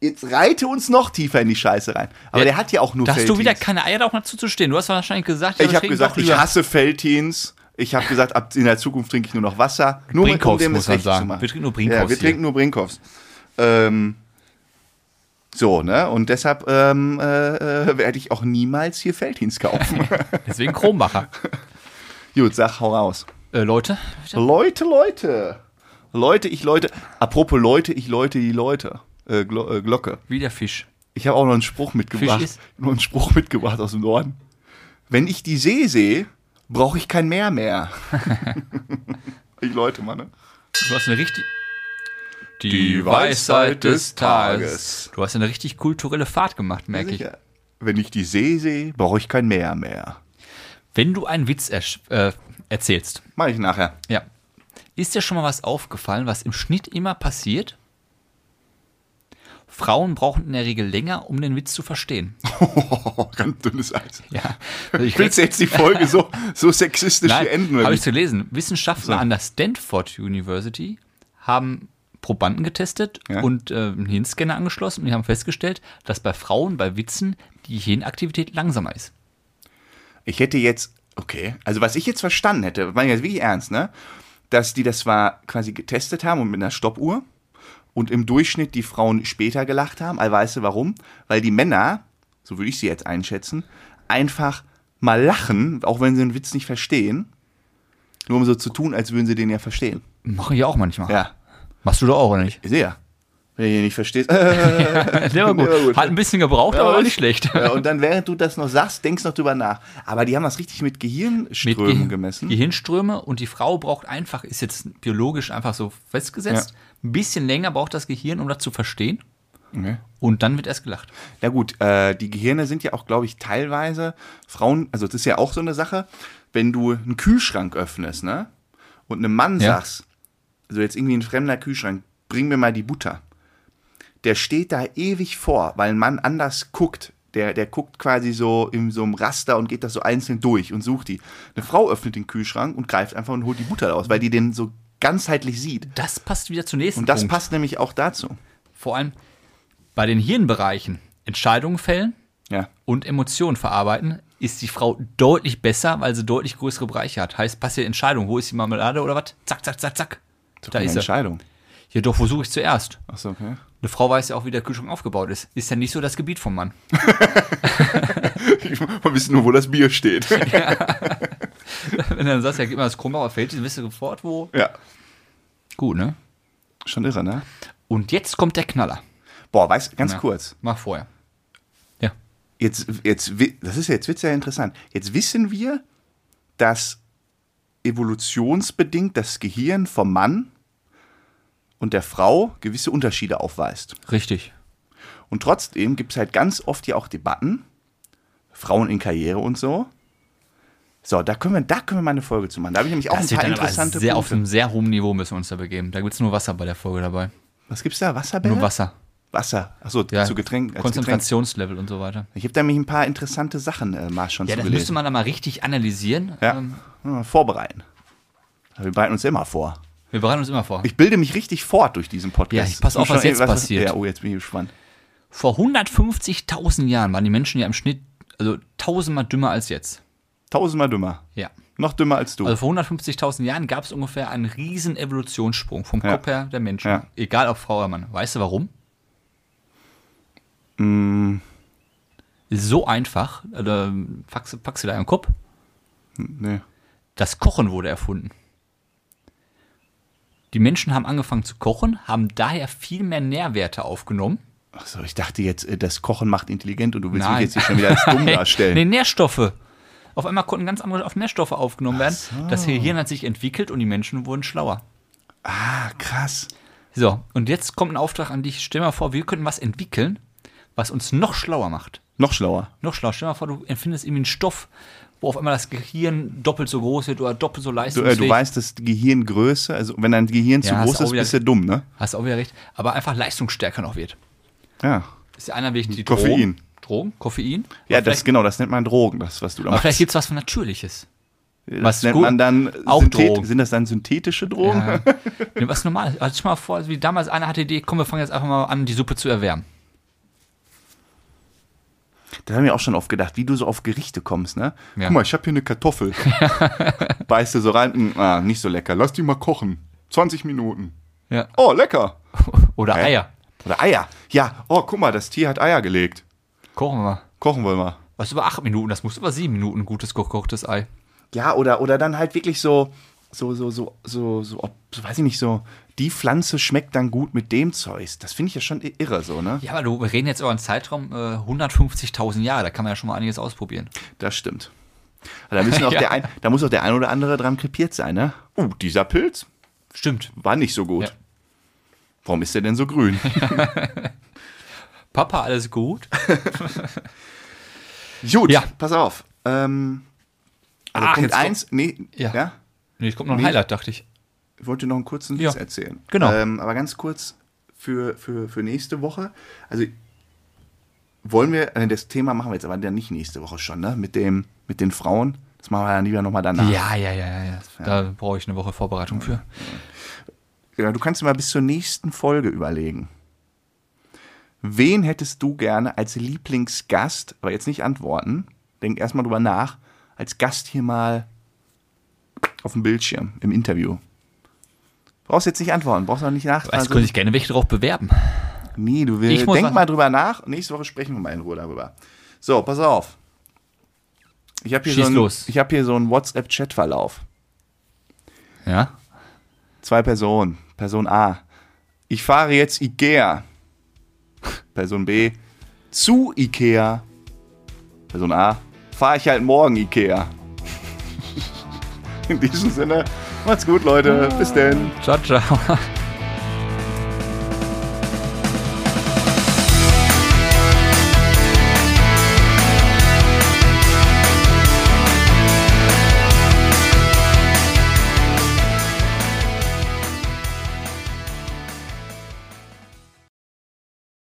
A: jetzt reite uns noch tiefer in die Scheiße rein. Aber
B: Ja,
A: der hat ja auch nur
B: Da hast du wieder
A: Feltins.
B: keine Eier, da auch dazu zu stehen. Du hast wahrscheinlich gesagt,
A: Ich habe gesagt, ich hasse Feltins. Ich habe gesagt, ab in der Zukunft trinke ich nur noch Wasser. Nur um mit-
B: Brinkhoffs
A: es
B: muss man
A: recht
B: sagen.
A: zu machen.
B: Wir trinken nur Brinkhoffs
A: Ja, wir
B: hier.
A: trinken nur Brinkhoffs. Ähm, so, ne? Und deshalb ähm, äh, äh, werde ich auch niemals hier Feltins kaufen.
B: Deswegen Kronbacher.
A: Gut, sag, hau raus.
B: äh, Leute,
A: Leute, Leute. Leute, ich Leute. Apropos Leute, ich Leute, die Leute. Äh, Glo äh, Glocke.
B: wie der Fisch.
A: Ich habe auch noch einen Spruch mitgebracht.
B: ist-
A: Nur einen Spruch mitgebracht aus dem Norden. Wenn ich die See sehe, brauche ich kein Meer mehr. ich Leute, Mann. Ne?
B: Du hast eine richtig. Die,
A: Weisheit des Tages.
B: Du hast eine richtig kulturelle Fahrt gemacht, merke ich.
A: Sicher. Wenn ich die See sehe, brauche ich kein Meer mehr.
B: Wenn du einen Witz ersch- äh, erzählst,
A: Mach ich nachher.
B: ja. Ist dir schon mal was aufgefallen, was im Schnitt immer passiert? Frauen brauchen in der Regel länger, um den Witz zu verstehen.
A: Ganz dünnes Eis.
B: Ja.
A: Ich will jetzt die Folge so, so sexistisch
B: Nein,
A: hier enden. oder
B: Habe
A: wie?
B: ich zu lesen. Wissenschaftler an der Stanford University haben Probanden getestet
A: Ja.
B: und äh, einen Hirnscanner angeschlossen und die haben festgestellt, dass bei Frauen bei Witzen die Hirnaktivität langsamer ist.
A: Ich hätte jetzt, okay, also was ich jetzt verstanden hätte, meine ich jetzt wirklich ernst, ne? Dass die das zwar quasi getestet haben und mit einer Stoppuhr und im Durchschnitt die Frauen später gelacht haben, aber weißt du warum? Weil die Männer, so würde ich sie jetzt einschätzen, einfach mal lachen, auch wenn sie einen Witz nicht verstehen, nur um so zu tun, als würden sie den ja verstehen.
B: Mache ich auch manchmal.
A: Ja,
B: Machst du doch auch, oder nicht?
A: ich sehe ja. Wenn ihr den nicht versteht. Äh,
B: Der war gut.
A: Ja, gut.
B: Hat ein bisschen gebraucht, aber war nicht schlecht.
A: ja, und dann, während du das noch sagst, denkst noch drüber nach. Aber die haben das richtig mit
B: Mit
A: Gehirnströmen
B: Gehir-
A: gemessen.
B: Gehirnströme und die Frau braucht einfach, ist jetzt biologisch einfach so festgesetzt, ein bisschen länger braucht das Gehirn, um das zu verstehen
A: Okay.
B: und dann wird erst gelacht.
A: Na gut, äh, die Gehirne sind ja auch, glaube ich, teilweise Frauen, also das ist ja auch so eine Sache, wenn du einen Kühlschrank öffnest, ne? Und einem Mann
B: Ja.
A: sagst, also jetzt irgendwie ein fremder Kühlschrank, bring mir mal die Butter. Der steht da ewig vor, weil ein Mann anders guckt. Der, der guckt quasi so in so einem Raster und geht das so einzeln durch und sucht die. Eine Frau öffnet den Kühlschrank und greift einfach und holt die Butter raus, weil die den so ganzheitlich sieht.
B: Das passt wieder zum nächsten
A: Und das
B: Punkt.
A: passt nämlich auch dazu.
B: vor allem bei den Hirnbereichen Entscheidungen fällen
A: Ja.
B: und Emotionen verarbeiten, ist die Frau deutlich besser, weil sie deutlich größere Bereiche hat. Heißt, passiert Entscheidung, wo ist die Marmelade oder was? Zack, zack, zack, zack. Da
A: Eine
B: ist er.
A: Entscheidung.
B: Ja, doch, wo suche ich zuerst?
A: Achso, okay.
B: Eine Frau weiß ja auch, wie der Kühlschrank aufgebaut ist. Ist ja nicht so das Gebiet vom Mann.
A: Wir wissen nur, wo das Bier steht.
B: Wenn du dann sagst, ja, gib mal das Krummauer Feld, dann wisst ihr sofort, wo.
A: Ja,
B: Gut, ne?
A: schon irre, ne?
B: Und jetzt kommt der Knaller.
A: Boah, weißt ganz
B: Ja.
A: kurz.
B: Mach vorher. Ja.
A: Jetzt, jetzt, wi- das ist jetzt wird's ja interessant. Jetzt wissen wir, dass evolutionsbedingt das Gehirn vom Mann und der Frau gewisse Unterschiede aufweist.
B: Richtig.
A: Und trotzdem gibt es halt ganz oft ja auch Debatten, Frauen in Karriere und so. So, da können wir, da können wir mal eine Folge zu machen. Da habe ich nämlich auch
B: Das
A: ein
B: wird
A: paar
B: dann aber
A: interessante
B: sehr auf
A: Punkte.
B: einem sehr hohen Niveau müssen wir uns da begeben. Da gibt es nur Wasser bei der Folge dabei.
A: Was gibt's da? Wasserbälle?
B: Nur Wasser.
A: Wasser. Achso,
B: Ja,
A: zu Getränk. als Getränk.
B: Konzentrationslevel und so weiter.
A: Ich habe da nämlich ein paar interessante Sachen äh, mal schon
B: Ja,
A: zu
B: das
A: gelesen.
B: müsste man da mal richtig analysieren.
A: Ja.
B: Ähm,
A: Ja, Vorbereiten. Aber Wir bereiten uns immer vor.
B: Wir bereiten uns immer vor.
A: Ich bilde mich richtig fort durch diesen Podcast.
B: Ja, ich pass auf,
A: Schon
B: was jetzt
A: irgendwas-
B: passiert.
A: Ja, oh, jetzt bin ich gespannt.
B: Vor 150.000 Jahren waren die Menschen ja im Schnitt also tausendmal dümmer als jetzt.
A: Tausendmal dümmer.
B: Ja.
A: Noch dümmer als du.
B: Also vor 150.000 Jahren gab es ungefähr einen riesen Evolutionssprung vom
A: Ja.
B: Kopf her der Menschen.
A: Ja.
B: Egal ob Frau oder Mann. Weißt du warum?
A: Mm.
B: Ist So einfach. Oder packst, packst du da im Kopf?
A: nee.
B: Das Kochen wurde erfunden. Die Menschen haben angefangen zu kochen, haben daher viel mehr Nährwerte aufgenommen.
A: Achso, ich dachte jetzt, äh, das Kochen macht intelligent und du willst
B: Nein.
A: mich jetzt hier schon wieder als dumm darstellen.
B: Nee, Nährstoffe. Auf einmal konnten ganz andere auf Nährstoffe aufgenommen werden. Das Gehirn hat sich entwickelt und die Menschen wurden schlauer.
A: Ah, krass.
B: So, und jetzt kommt ein Auftrag an dich. Stell mal vor, wir könnten was entwickeln, was uns noch schlauer macht.
A: Noch schlauer.
B: Noch schlauer. Stell mal vor, du empfindest irgendwie einen Stoff, wo auf einmal das Gehirn doppelt so groß wird oder doppelt so
A: Du, äh,
B: leistungsfähig.
A: du weißt, dass die Gehirngröße, also wenn dein Gehirn zu
B: Ja, hast
A: groß
B: du auch
A: ist,
B: wieder-
A: bist du dumm, ne?
B: Hast auch wieder recht. Aber einfach leistungsstärker noch wird.
A: Ja.
B: Ist ja einer wegen die
A: Koffein.
B: Drogen. Drogen, Koffein.
A: Ja,
B: Aber
A: das
B: vielleicht,
A: genau, das nennt man Drogen, das, was du da
B: aber vielleicht
A: machst.
B: gibt es was von Natürliches.
A: Das
B: was
A: nennt
B: gut-
A: man dann
B: auch
A: Synthet-
B: Drogen.
A: Sind das dann synthetische Drogen?
B: Ja. Nee, was normal. Also stell mal vor, wie damals einer hatte die Idee, komm, wir fangen jetzt einfach mal an, die Suppe zu erwärmen.
A: Da haben wir auch schon oft gedacht, wie du so auf Gerichte kommst, ne?
B: Ja.
A: Guck mal, ich habe hier eine Kartoffel. Beißt du so rein, mm, ah, nicht so lecker. Lass die mal kochen. 20 Minuten.
B: Ja.
A: Oh, lecker.
B: Oder
A: Hä?
B: Eier.
A: Oder Eier. Ja, oh, guck mal, das Tier hat Eier gelegt.
B: Kochen wir mal.
A: Kochen wir mal.
B: Was über acht Minuten, das muss über sieben Minuten gutes gekochtes Ei.
A: Ja, oder, oder dann halt wirklich so, so, so, so, so, so, ob, so, weiß ich nicht, so, die Pflanze schmeckt dann gut mit dem Zeug. Das finde ich ja schon i- irre so, ne?
B: Ja, aber du, wir reden jetzt über einen Zeitraum äh, 150.000 Jahre, da kann man ja schon mal einiges ausprobieren.
A: Das stimmt. Da, müssen auch
B: Ja.
A: der ein, da muss auch der ein oder andere dran krepiert sein, ne? Uh, dieser Pilz
B: Stimmt.
A: war nicht so gut.
B: Ja.
A: Warum ist der denn so grün?
B: Papa, alles gut?
A: gut,
B: Ja.
A: pass auf. Ähm, also
B: Ach,
A: Punkt
B: jetzt kommt-
A: eins, nee,
B: Ja.
A: ja.
B: Nee, es kommt noch ein
A: Nee.
B: Highlight, dachte ich.
A: Ich wollte dir noch einen kurzen
B: Ja,
A: Witz erzählen.
B: genau.
A: Ähm, aber ganz kurz für, für, für nächste Woche. Also wollen wir, äh, das Thema machen wir jetzt aber dann nicht nächste Woche schon, ne? Mit, dem, mit den Frauen. Das machen wir dann lieber nochmal danach.
B: Ja, ja, ja, ja, ja. Da brauche ich eine Woche Vorbereitung für.
A: Ja, du kannst dir mal bis zur nächsten Folge überlegen. Wen hättest du gerne als Lieblingsgast, aber jetzt nicht antworten, denk erstmal drüber nach, als Gast hier mal auf dem Bildschirm im Interview? Brauchst jetzt nicht antworten, brauchst auch nicht nachfragen.
B: Jetzt könnte ich gerne welche drauf bewerben.
A: nee, du willst.
B: Ich muss
A: Denk
B: was-
A: mal drüber nach. Nächste Woche sprechen wir mal in Ruhe darüber. So, pass auf. Ich habe hier,
B: Schieß
A: so ein-
B: los.
A: ich hab hier so einen WhatsApp-Chat-Verlauf.
B: Ja?
A: Zwei Personen. Person A. Ich fahre jetzt Ikea. Person B. Zu Ikea. Person A. Fahre ich halt morgen Ikea. In diesem Sinne, macht's gut, Leute. Bis denn.
B: Ciao, ciao.